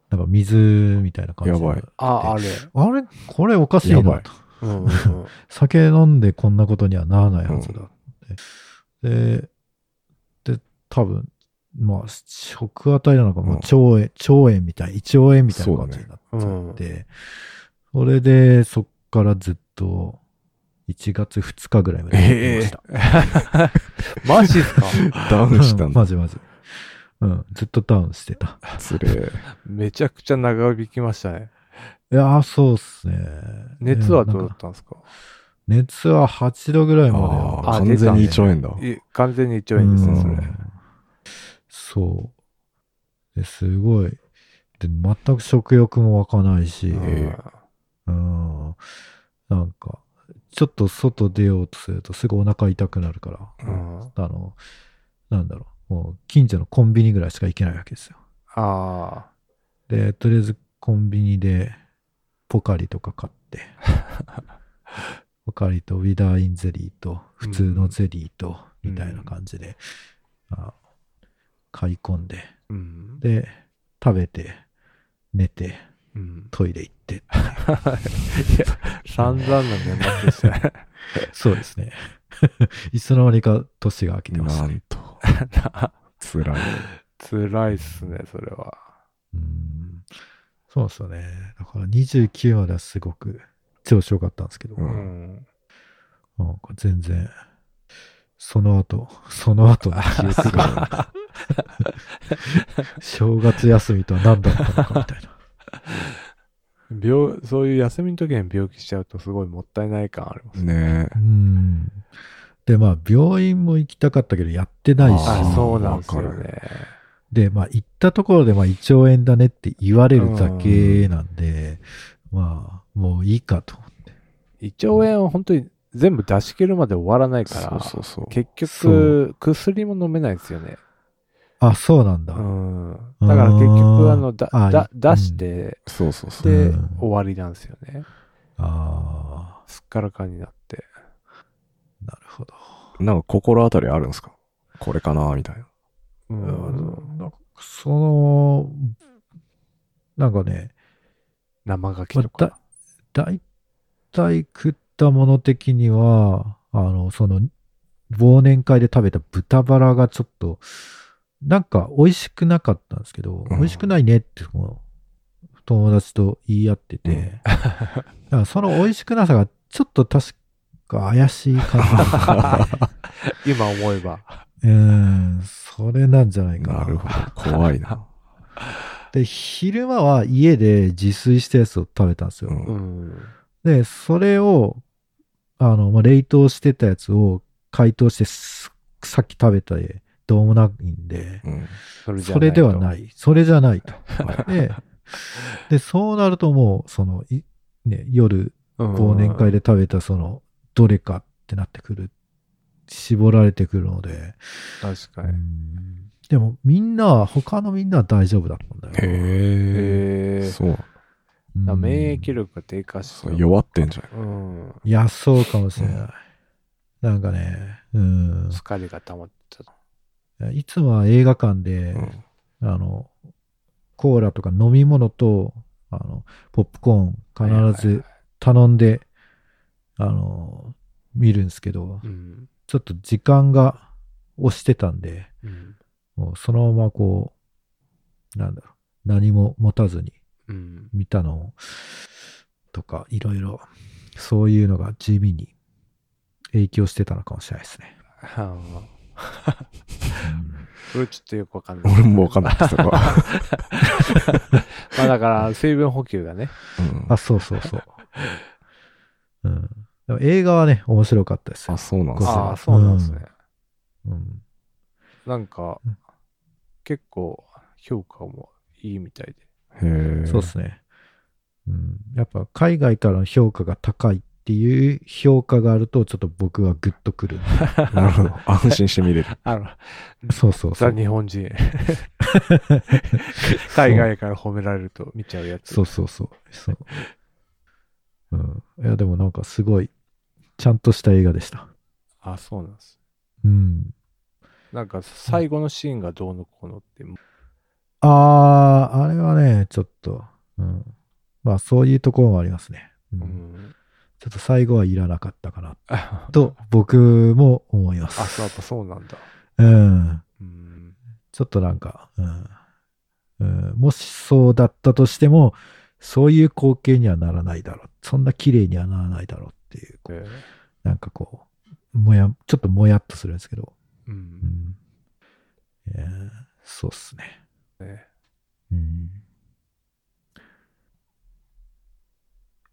Speaker 2: なんか水みたいな感じ
Speaker 3: やばい
Speaker 1: あ、あれ。
Speaker 2: あれこれおかしいな
Speaker 3: やばい
Speaker 2: と。
Speaker 1: うんうんうん。
Speaker 2: 酒飲んでこんなことにはならないはずだって。で、で、多分、まあ、食あたりなのか、もう腸炎、腸炎みたい、胃腸炎みたいな感じになっちゃって、それで、そっからずっと、1月2日ぐらいまでやってました。
Speaker 1: マジっすか
Speaker 3: う、ダウンした んだ。
Speaker 2: マジマジ。うん、ずっとダウンしてた。
Speaker 3: つれえ。
Speaker 1: めちゃくちゃ長引きましたね。
Speaker 2: いやー、そうっすね。
Speaker 1: 熱はど
Speaker 2: いう
Speaker 1: だっ
Speaker 2: やなんか
Speaker 1: たんですか
Speaker 2: 熱は8度ぐらいまで
Speaker 3: あ
Speaker 2: は
Speaker 3: あ、
Speaker 1: あ
Speaker 3: 完全に胃
Speaker 1: 出
Speaker 3: 腸
Speaker 1: た
Speaker 3: 炎だ。
Speaker 1: い完全に一応いいんですね、それ
Speaker 2: う。んそう。ですごい。で、全く食欲も湧かないし、
Speaker 1: うん
Speaker 2: うん。なんか、ちょっと外出ようとするとすぐお腹痛くなるから、
Speaker 1: うん
Speaker 2: あの、なんだろう、もう近所のコンビニぐらいしか行けないわけですよ。
Speaker 1: あ
Speaker 2: で、とりあえずコンビニでポカリとか 買って、ポカリとウィダーインゼリーと普通のゼリーと、
Speaker 1: うん
Speaker 2: みたいな感じで、あ買い込んで、
Speaker 1: ーうん。
Speaker 2: で、食べて、寝て、
Speaker 1: うん。
Speaker 2: トイレ行って。
Speaker 1: 散々な年末でしたね。
Speaker 2: そうですね。 いつの間にか年が明けてまし
Speaker 3: な
Speaker 2: た。
Speaker 3: んと。つらい。
Speaker 1: 辛いっすね、それは。
Speaker 2: うんそうなんですよね。だから29まではすごく調子良かったんですけど、
Speaker 3: うん
Speaker 1: うん。
Speaker 2: なんか全然、その後、その後の記憶が、正月休みとは何だったのかみたいな。
Speaker 1: 病、そういう休みの時に病気しちゃうとすごいもったいない感ありますね。
Speaker 3: ね
Speaker 2: うん。で、まあ、病院も行きたかったけど、やってないし、
Speaker 1: あ
Speaker 3: ー
Speaker 1: そうなんですよ
Speaker 3: わか
Speaker 1: ね。
Speaker 2: で、まあ、行ったところで、まあ、胃腸炎だねって言われるだけなんで、まあ、もういいかと思って。
Speaker 1: 胃腸炎は本当に全部出し切るまで終わらない
Speaker 3: え。
Speaker 1: か
Speaker 3: そう
Speaker 1: ら、
Speaker 3: そうそう。
Speaker 1: 結
Speaker 2: そ
Speaker 1: 局、薬も飲めないんですよね。
Speaker 2: あ、そうなんだ。
Speaker 1: うん。だから結局、あの、だ、
Speaker 2: あー
Speaker 1: だ、
Speaker 2: い
Speaker 1: 出して、
Speaker 3: そうそうそう。
Speaker 1: で
Speaker 2: うん、
Speaker 1: 終わりなんですよね。
Speaker 2: あ
Speaker 1: すっからかんになって。
Speaker 2: あ、なるほど。
Speaker 3: なんか心当たりあるんですかこれかなみたいな。
Speaker 1: う
Speaker 2: うん
Speaker 1: ん。
Speaker 2: なんかその、なんかね、
Speaker 1: 生ガキ
Speaker 2: まあ
Speaker 1: とか。
Speaker 2: だ大体食ったもの的には、あの、その、忘年会で食べた豚バラがちょっと、なんか美味しくなかったんですけど、
Speaker 3: うん
Speaker 2: 美味しくないねって、もう友達と言い合ってて、
Speaker 3: うん
Speaker 2: だからその美味し くなさがちょっと確か怪しい感じだったんで
Speaker 1: 今思えば。
Speaker 2: うん、それなんじゃないかな。
Speaker 3: なるほど。怖い な。
Speaker 2: で、昼間は家で自炊したやつを食べたんですよ。
Speaker 3: うん
Speaker 1: うん。
Speaker 2: で、それを、あの、まあ、冷凍してたやつを解凍してす、さっき食べたで、どうもないんで、
Speaker 3: うん。
Speaker 1: それじゃ
Speaker 2: それではないい。それじゃないと。
Speaker 3: は
Speaker 2: で、で、そうなるともう、その、いね、夜、
Speaker 1: と。
Speaker 2: 忘年会
Speaker 1: で。
Speaker 2: で食べた、その、どれかってなってくる、絞られてくるので、
Speaker 1: 確かに。
Speaker 2: うんでも、みんなは、他のみんなは大丈夫だった んだよ。
Speaker 3: へ
Speaker 1: へ
Speaker 3: え。
Speaker 1: え。
Speaker 3: そう。
Speaker 1: だから
Speaker 2: うん
Speaker 1: 免疫力が低下し
Speaker 3: そ
Speaker 1: て
Speaker 3: う弱ってんじゃない
Speaker 1: うん。
Speaker 2: いや、そうかもしれない。なんかね、うん。
Speaker 1: 疲れが溜まっちゃった。
Speaker 2: いつもは映画館で、あの、コーラとか飲み物と、あの、ポップコーン必ず頼んで、あの、見るんですけど、
Speaker 1: うん。
Speaker 2: ちょっと時間が押してたんで、
Speaker 1: うん。
Speaker 2: もうそのままこう、なんだろう、何も持たずに
Speaker 1: うん。
Speaker 2: 見たのをとか、いろいろ、そういうのが地味に影響してたのかもしれないですね。
Speaker 1: はあ。
Speaker 2: うん
Speaker 1: これちょっとよくわかんない。
Speaker 3: 俺もわかんないです、そこは。
Speaker 1: まあだから、水分補給がね。
Speaker 3: うん
Speaker 2: あ、そうそうそう。うん、でも映画はね、面白かったですよ
Speaker 3: あ、。そうなんです
Speaker 2: そう
Speaker 1: あ
Speaker 3: よ。
Speaker 1: あ、そうなんですね。
Speaker 2: うん、
Speaker 1: なんか
Speaker 2: うん、
Speaker 1: 結構、評価もいいみたいで。
Speaker 3: へえ。
Speaker 2: そうですね、うん。やっぱ海外からの評価が高いっていう評価があると、ちょっと僕はグッとくる。
Speaker 3: なるほど。安心して見 れる。
Speaker 1: あの、
Speaker 2: そうそうそ
Speaker 1: ザ・
Speaker 2: う。
Speaker 1: 日本人。海外から褒められると見ちゃうやつ。
Speaker 2: そうそうそう。そううん、いや、でもなんかすごい、ちゃんとした映画でした。
Speaker 1: あ、そうなんです。
Speaker 2: うん。
Speaker 1: なんか、最後のシーンがどうのこうのって、
Speaker 2: あー、あれはね、ちょっと、うん、まあそういうところもありますね。うん
Speaker 1: うん。
Speaker 2: ちょっと最後はいらなかったかな
Speaker 1: あ、
Speaker 2: と僕も思います。
Speaker 1: そう、やっぱそうなんだ。
Speaker 2: うん。
Speaker 1: うん。
Speaker 2: ちょっとなんか、うんうん、もしそうだったとしても、そういう光景にはならないだろう。そんな綺麗にはならないだろうっていう、こ
Speaker 1: え
Speaker 2: う
Speaker 1: ー
Speaker 2: なんかこう、もや、ちょっともやっとするんですけど、
Speaker 1: う。
Speaker 2: うんんえーそうっすね。
Speaker 1: ね
Speaker 2: うん、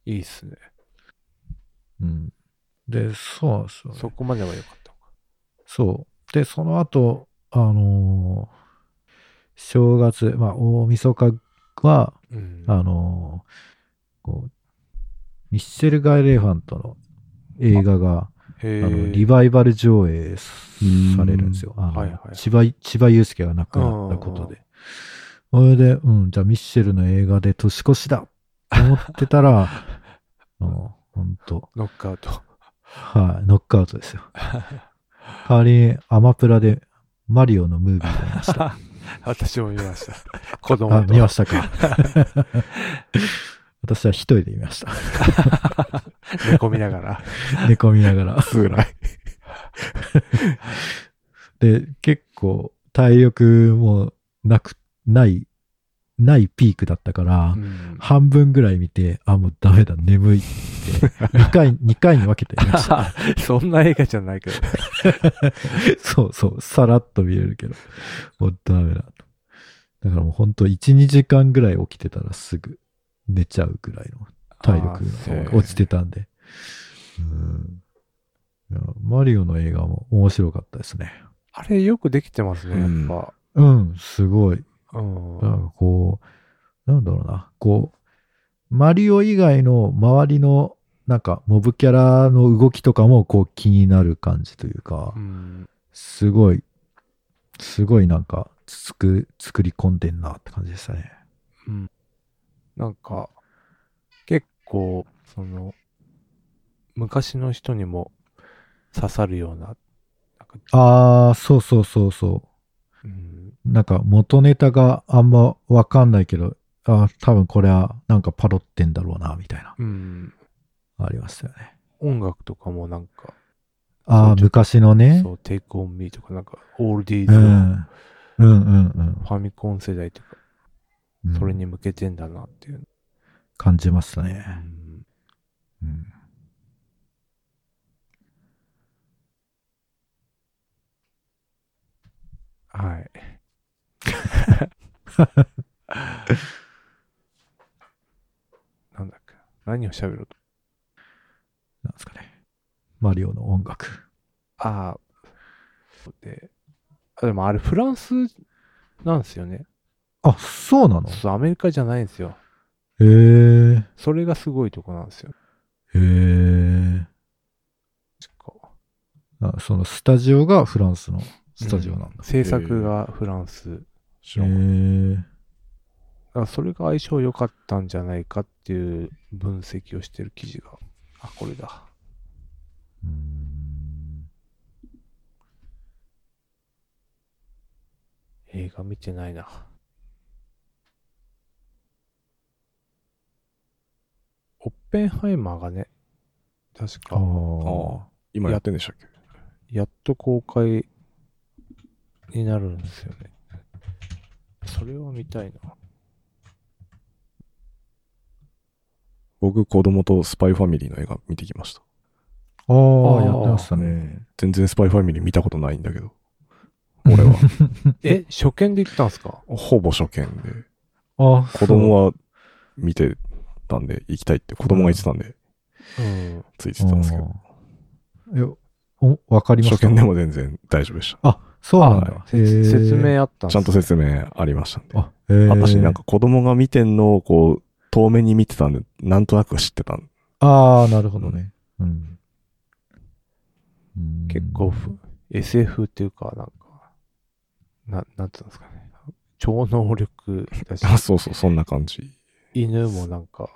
Speaker 1: いいっすね。
Speaker 2: うん、で、そうなんですよね、
Speaker 1: そこまでは良かったのか。
Speaker 2: そう。で、その後、あのー正月、まあ、大晦日は、
Speaker 1: うん
Speaker 2: あのーこう、ミッシェル・ガイ・レーファントの映画が、あ
Speaker 1: へえ。
Speaker 2: のリバイバル上映されるんですよ。あの
Speaker 1: はいはい
Speaker 2: 千葉、千葉祐介が亡くなったことで。それで、うん、じゃあミッシェルの映画で年越しだと思って たら、うん、ほんと、
Speaker 1: ノックアウト。
Speaker 2: はい、ノックアウトですよ。代わりにアマプラでマリオのムービーを見ました。
Speaker 1: 私も見ました。子供
Speaker 2: あ、
Speaker 1: と。
Speaker 2: 見まし たか。私は一人で見ました。
Speaker 1: 寝込みながら。
Speaker 2: 寝込みながら。
Speaker 3: 辛い。
Speaker 2: で、結構体力もなく、ない、ないピークだったから、
Speaker 1: う ん
Speaker 2: 半分ぐらい見て、あ、もうダメだ、眠いって、2回、二回に分けて見ました。
Speaker 1: そんな映画じゃないけど。
Speaker 2: そうそう、さらっと見れるけど、もうダメだと。だからもうほんと1、2時間ぐらい起きてたらすぐ寝ちゃうぐらいの体力
Speaker 1: あー
Speaker 2: が落ちてたんで。うんいやマリオの映画も面白かったですね。
Speaker 1: あれよくできてますね、
Speaker 3: うん
Speaker 1: やっぱ。
Speaker 2: うん、すごい。
Speaker 1: うん。
Speaker 2: なんかこう、なんだろうな、こう、マリオ以外の周りの、なんか、モブキャラの動きとかも、こう、気になる感じというか
Speaker 1: う、ん
Speaker 2: すごい、すごいなんか、つく、作り込んでんなって感じでしたね。
Speaker 1: うんなんか、結構、その、昔の人にも刺さるような、なんか
Speaker 2: あー、そうそうそうそ
Speaker 1: うん、
Speaker 2: う。なんか、元ネタがあんまわかんないけど、あー多分これは、なんかパロってんだろうな、みたいな、
Speaker 1: うん
Speaker 2: ありましたよね。
Speaker 1: 音楽とかもなんか、
Speaker 2: あ
Speaker 1: そう
Speaker 2: ー、
Speaker 1: ちょっと
Speaker 2: 昔のね。
Speaker 1: そう、Take on Me とか、なんか、オールディー
Speaker 2: う
Speaker 1: ズ、
Speaker 2: ん。うんうん
Speaker 1: ファミコン世代とか、
Speaker 2: うん。
Speaker 1: それに向けてんだなっていう。
Speaker 2: 感じました
Speaker 1: う
Speaker 2: ね。
Speaker 1: ん
Speaker 2: うん。
Speaker 1: はい。なんだっけ何を喋ろうと。
Speaker 2: なんですかね。マリオの音楽。
Speaker 1: ああ。で、あでもあれフランスなんですよね。
Speaker 2: あ、そうなのへ
Speaker 1: そう、アメリカじゃないんですよ。
Speaker 2: え。へ
Speaker 1: それがすごいとこなんですよ。
Speaker 2: え。
Speaker 1: 確か
Speaker 2: あそのスタジオがフランスのスタジオなんだ。
Speaker 1: 制作がフランス。だ
Speaker 3: 知らん
Speaker 2: へえ。
Speaker 1: からそれが相性良かったんじゃないかっていう分析をしてる記事が。あ、これだ。
Speaker 2: うーん
Speaker 1: 映画見てないな。オッペンハイマーがね、確
Speaker 2: あ
Speaker 1: か。
Speaker 2: あ。
Speaker 3: ああ。今やってんでしたっけ
Speaker 1: やっと公開になるんですよね。それは見たいな。
Speaker 3: 僕、子供とスパイファミリーの映画見てきました。
Speaker 2: あ
Speaker 1: あ
Speaker 2: あ、
Speaker 1: ー
Speaker 2: やってましたね。
Speaker 3: 全然スパイファミリー見たことないんだけ ど。俺は。
Speaker 1: え、初見で行ったんすか
Speaker 3: ほぼ初見で。
Speaker 2: あ
Speaker 3: 子供は見てたんで、行きたいって子供が言ってたんで、
Speaker 1: うん。
Speaker 3: ついて
Speaker 2: そう
Speaker 3: たんですけど。
Speaker 2: あーいやお、わかりまし
Speaker 3: 初
Speaker 2: た。
Speaker 3: 見でも全然大丈夫でし
Speaker 2: あ、そうなん
Speaker 3: は
Speaker 2: だ。
Speaker 1: 説
Speaker 2: 説。
Speaker 1: 明あった
Speaker 3: た。
Speaker 1: ん
Speaker 3: ちゃんと
Speaker 1: 説
Speaker 3: 説明ありましたんで。
Speaker 2: あ、へえ。
Speaker 3: 私なんか子供が見てんのをこう、遠目に見てたんで、なんとなく知ってたん
Speaker 2: ああ、なるほどね。うん。うん
Speaker 1: 結構ふ、SF っていうか、なんか、な、なんつうんですかね。超能力だし、
Speaker 3: あそうそう、そんな感じ。
Speaker 1: 犬もなんか、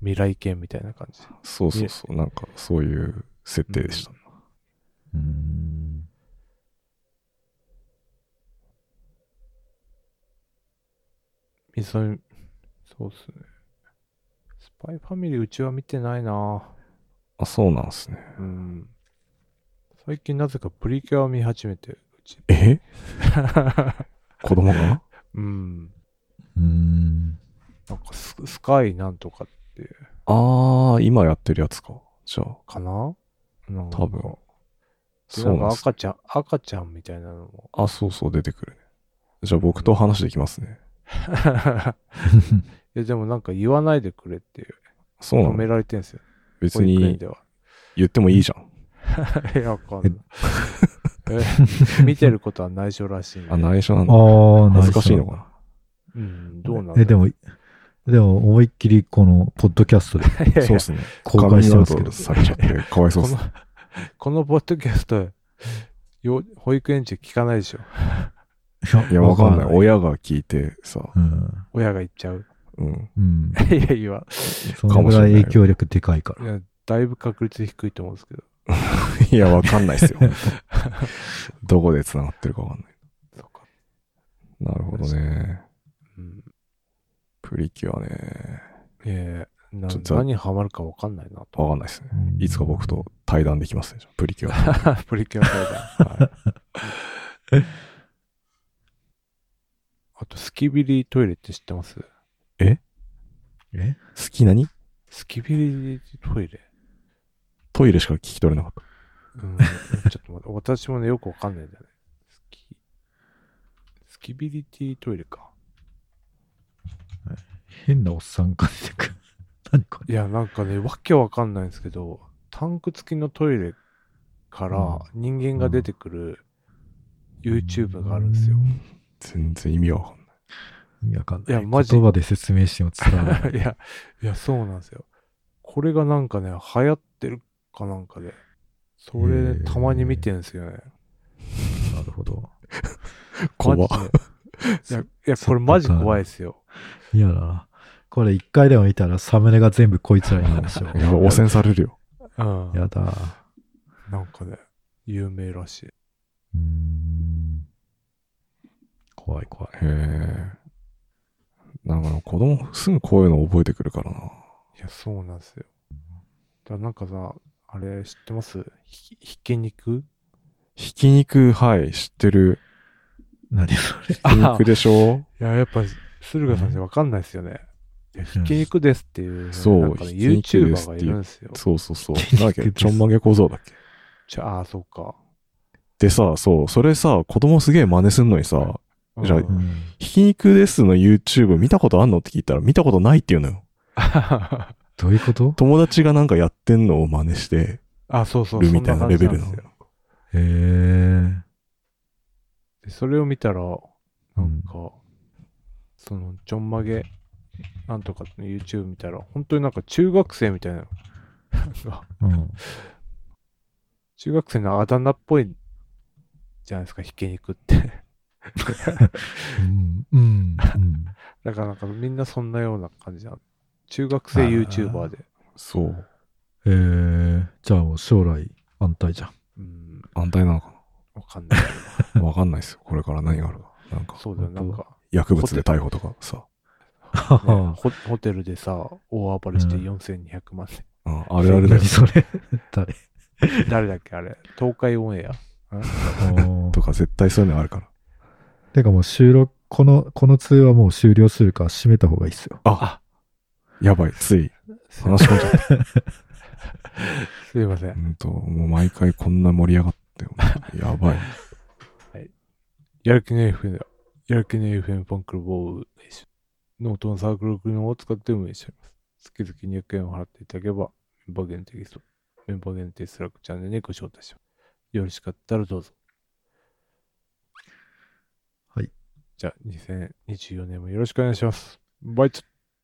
Speaker 1: 未来犬みたいな感じ。
Speaker 3: そうそうそう、なんかそういう設定でした。
Speaker 2: うん。
Speaker 1: みそに、そうっすね。スパイファミリーうちは見てないな
Speaker 3: あ、そうなんですね。
Speaker 1: うん。最近なぜかプリキュアを見始めて、うち。
Speaker 3: え子供が
Speaker 1: うん。
Speaker 2: うん。
Speaker 1: なんかススカイなんとか
Speaker 3: ああ、今やってるやつか。じゃあ、
Speaker 1: かななんか
Speaker 3: 多分。
Speaker 1: で
Speaker 3: そ
Speaker 1: な
Speaker 3: うんなん
Speaker 1: か
Speaker 3: で
Speaker 1: 赤ち
Speaker 3: すね
Speaker 1: ゃん、赤ちゃんみたいなの も。
Speaker 3: あ、そうそう、出てくるね。じゃあ僕と話できますね。
Speaker 1: いやでもなんか言わないでくれっていう
Speaker 3: そうな
Speaker 1: 止め
Speaker 3: の
Speaker 1: られてんすよ。
Speaker 3: 別
Speaker 1: 保育園
Speaker 3: に
Speaker 1: で は。
Speaker 3: 言ってもいいじゃん。
Speaker 1: いや、わかんない。 え見てることは内緒らしいんで。
Speaker 3: あ、内緒なんだ。
Speaker 2: ああ、
Speaker 3: 恥ずかしいのか
Speaker 1: うん、どうなんだろう
Speaker 2: え、でも、でも思いっきりこの、ポッドキャストで
Speaker 1: いやいや
Speaker 3: な。そうっすね。
Speaker 2: 公開してますけ
Speaker 3: カ
Speaker 2: ど。
Speaker 3: ミングアウトされち ゃって、かわいそうっすね。
Speaker 1: このポッドキャスト、よ保育園児聞かないでしょ。
Speaker 3: いや、わかんない。親が聞いてさ、
Speaker 2: うん。
Speaker 1: 親が言っちゃう。
Speaker 3: うん。
Speaker 2: うん。
Speaker 1: いやいや、
Speaker 2: そのぐらい影響力でかいか
Speaker 1: い
Speaker 2: ら。
Speaker 1: やだいぶ確率低いと思うんですけど。
Speaker 3: いや、わかんないっすよ。 どこで繋がってるかわかんない。
Speaker 1: そうか。
Speaker 3: なるほどね。
Speaker 1: うん。
Speaker 3: プリキュアね。
Speaker 1: ええな
Speaker 3: ちょっと
Speaker 1: 何ハマるかわかんないな
Speaker 3: わかんないっすね。いつか僕と対談できますね。じゃあプリキュ ア。
Speaker 1: と。 プリキュア対談。はい。 あと、スキビリトイレって知ってます
Speaker 2: え
Speaker 3: 好きなに
Speaker 1: スキビリトイレ
Speaker 3: トイレしか聞き取れなかっ
Speaker 1: うん。ちょっと待って、私もね、よくわかんないんだよね。スキ、スキビリティトイレか。
Speaker 2: 変なおっさんが出てくる。 何こ
Speaker 1: いや、なんかね、わけわかんないんですけど、タンク付きのトイレから人間が出てくる YouTube があるんですよ。
Speaker 3: た。全然意味がわかんない。
Speaker 2: れいや、わかんない。
Speaker 1: いやマジ
Speaker 2: 言葉で説明しても伝わらない。
Speaker 1: いや、いや、そうなんですよ。これがなんかね、流行ってるかなんかで、そ
Speaker 2: へ
Speaker 1: れ
Speaker 2: ー
Speaker 1: たまに見てるんですよね。
Speaker 2: なるほど。
Speaker 3: 怖
Speaker 1: マ
Speaker 3: っ
Speaker 1: ジで いや、いや、これマジ怖いですよ。
Speaker 2: 嫌だな。これ一回でも見たらサムネが全部こいつらになるでしょ。
Speaker 3: やばい、汚染されるよ。
Speaker 1: うん。
Speaker 2: やだ。
Speaker 1: なんかね、有名らしい。
Speaker 2: うーん。怖い怖い。
Speaker 3: へえ。なんかあの子供すぐこういうの覚えてくるからな。
Speaker 1: いや、そうなんですよ。だからなんかさ、あれ知ってますひひき肉
Speaker 3: ひき肉、はい、知ってる。
Speaker 2: 何それ。
Speaker 3: ひき肉でしょ
Speaker 1: いや、やっぱ、駿河さんじゃわかんないですよね。いやひき肉ですっていう、
Speaker 3: そう
Speaker 1: なんかね、
Speaker 3: ひき肉です
Speaker 1: YouTuber が
Speaker 3: っていう
Speaker 1: いるんですよ。
Speaker 3: そうそうそう。
Speaker 2: ひき肉
Speaker 3: なんだっけ
Speaker 2: です
Speaker 3: ちょんまげ小僧だっけ
Speaker 1: じゃあ、あーそうか。
Speaker 3: でさ、そう、それさ、子供すげえ真似すんのにさ、じゃあ
Speaker 1: うん
Speaker 2: うん
Speaker 3: ひき肉ですの YouTube 見たことあんのって聞いたら、見たことないって言うのよ。
Speaker 2: どういうこと
Speaker 3: 友達がなんかやってんのを真似して、
Speaker 1: あ、そうそう。
Speaker 3: るみたいなレベルの
Speaker 1: そんな感じなんですよ
Speaker 2: へえ。
Speaker 1: でそれを見たら、なんか、
Speaker 2: う
Speaker 1: その、ちょんまげ、なんとかの YouTube 見たら、本当になんか中学生みたいな、なんか
Speaker 2: うん。
Speaker 1: 中学生のあだ名っぽいじゃないですか、ひき肉って。
Speaker 2: うん。うん。うん
Speaker 1: だからなんかみんなそんなような感じなの。中学生 YouTuber で。
Speaker 3: そう、
Speaker 2: えー、じゃあもう将来安泰じゃん。
Speaker 1: うん、
Speaker 3: 安泰なのか
Speaker 1: わかんない。
Speaker 3: なわかんないですよ。これから何があるか。な んか、
Speaker 1: そうだよ、なん
Speaker 2: 本
Speaker 1: か、
Speaker 3: 薬物で逮捕とかさ。
Speaker 1: ねホ、ホテルでさ、大暴れして
Speaker 2: うん
Speaker 1: 4200万で。
Speaker 3: うんあるあるだよ
Speaker 2: 何。それ誰
Speaker 1: 誰だっけあれ。東海オンエア。
Speaker 2: おー
Speaker 3: とか絶対そういうのあるから。
Speaker 2: てかもう収録、この、この通話もう終了するか閉めた方がいいっすよ。
Speaker 3: あやばい、つい。話し込んじゃった。
Speaker 1: すいません。
Speaker 3: うんと、もう毎回こんな盛り上がって、やばい。
Speaker 1: やる気ねえ FM だ。やる気ねえ FM ファンクルボールでしょ。ノートのサークル機能を使って運営しています。月々200円を払っていただければ、メンバー限定ゲスト、メンバー限定スラックチャンネルにご招待します。よろしかったらどうぞ。
Speaker 2: はい。
Speaker 1: じゃあ、2024年もよろしくお願いします。バイチ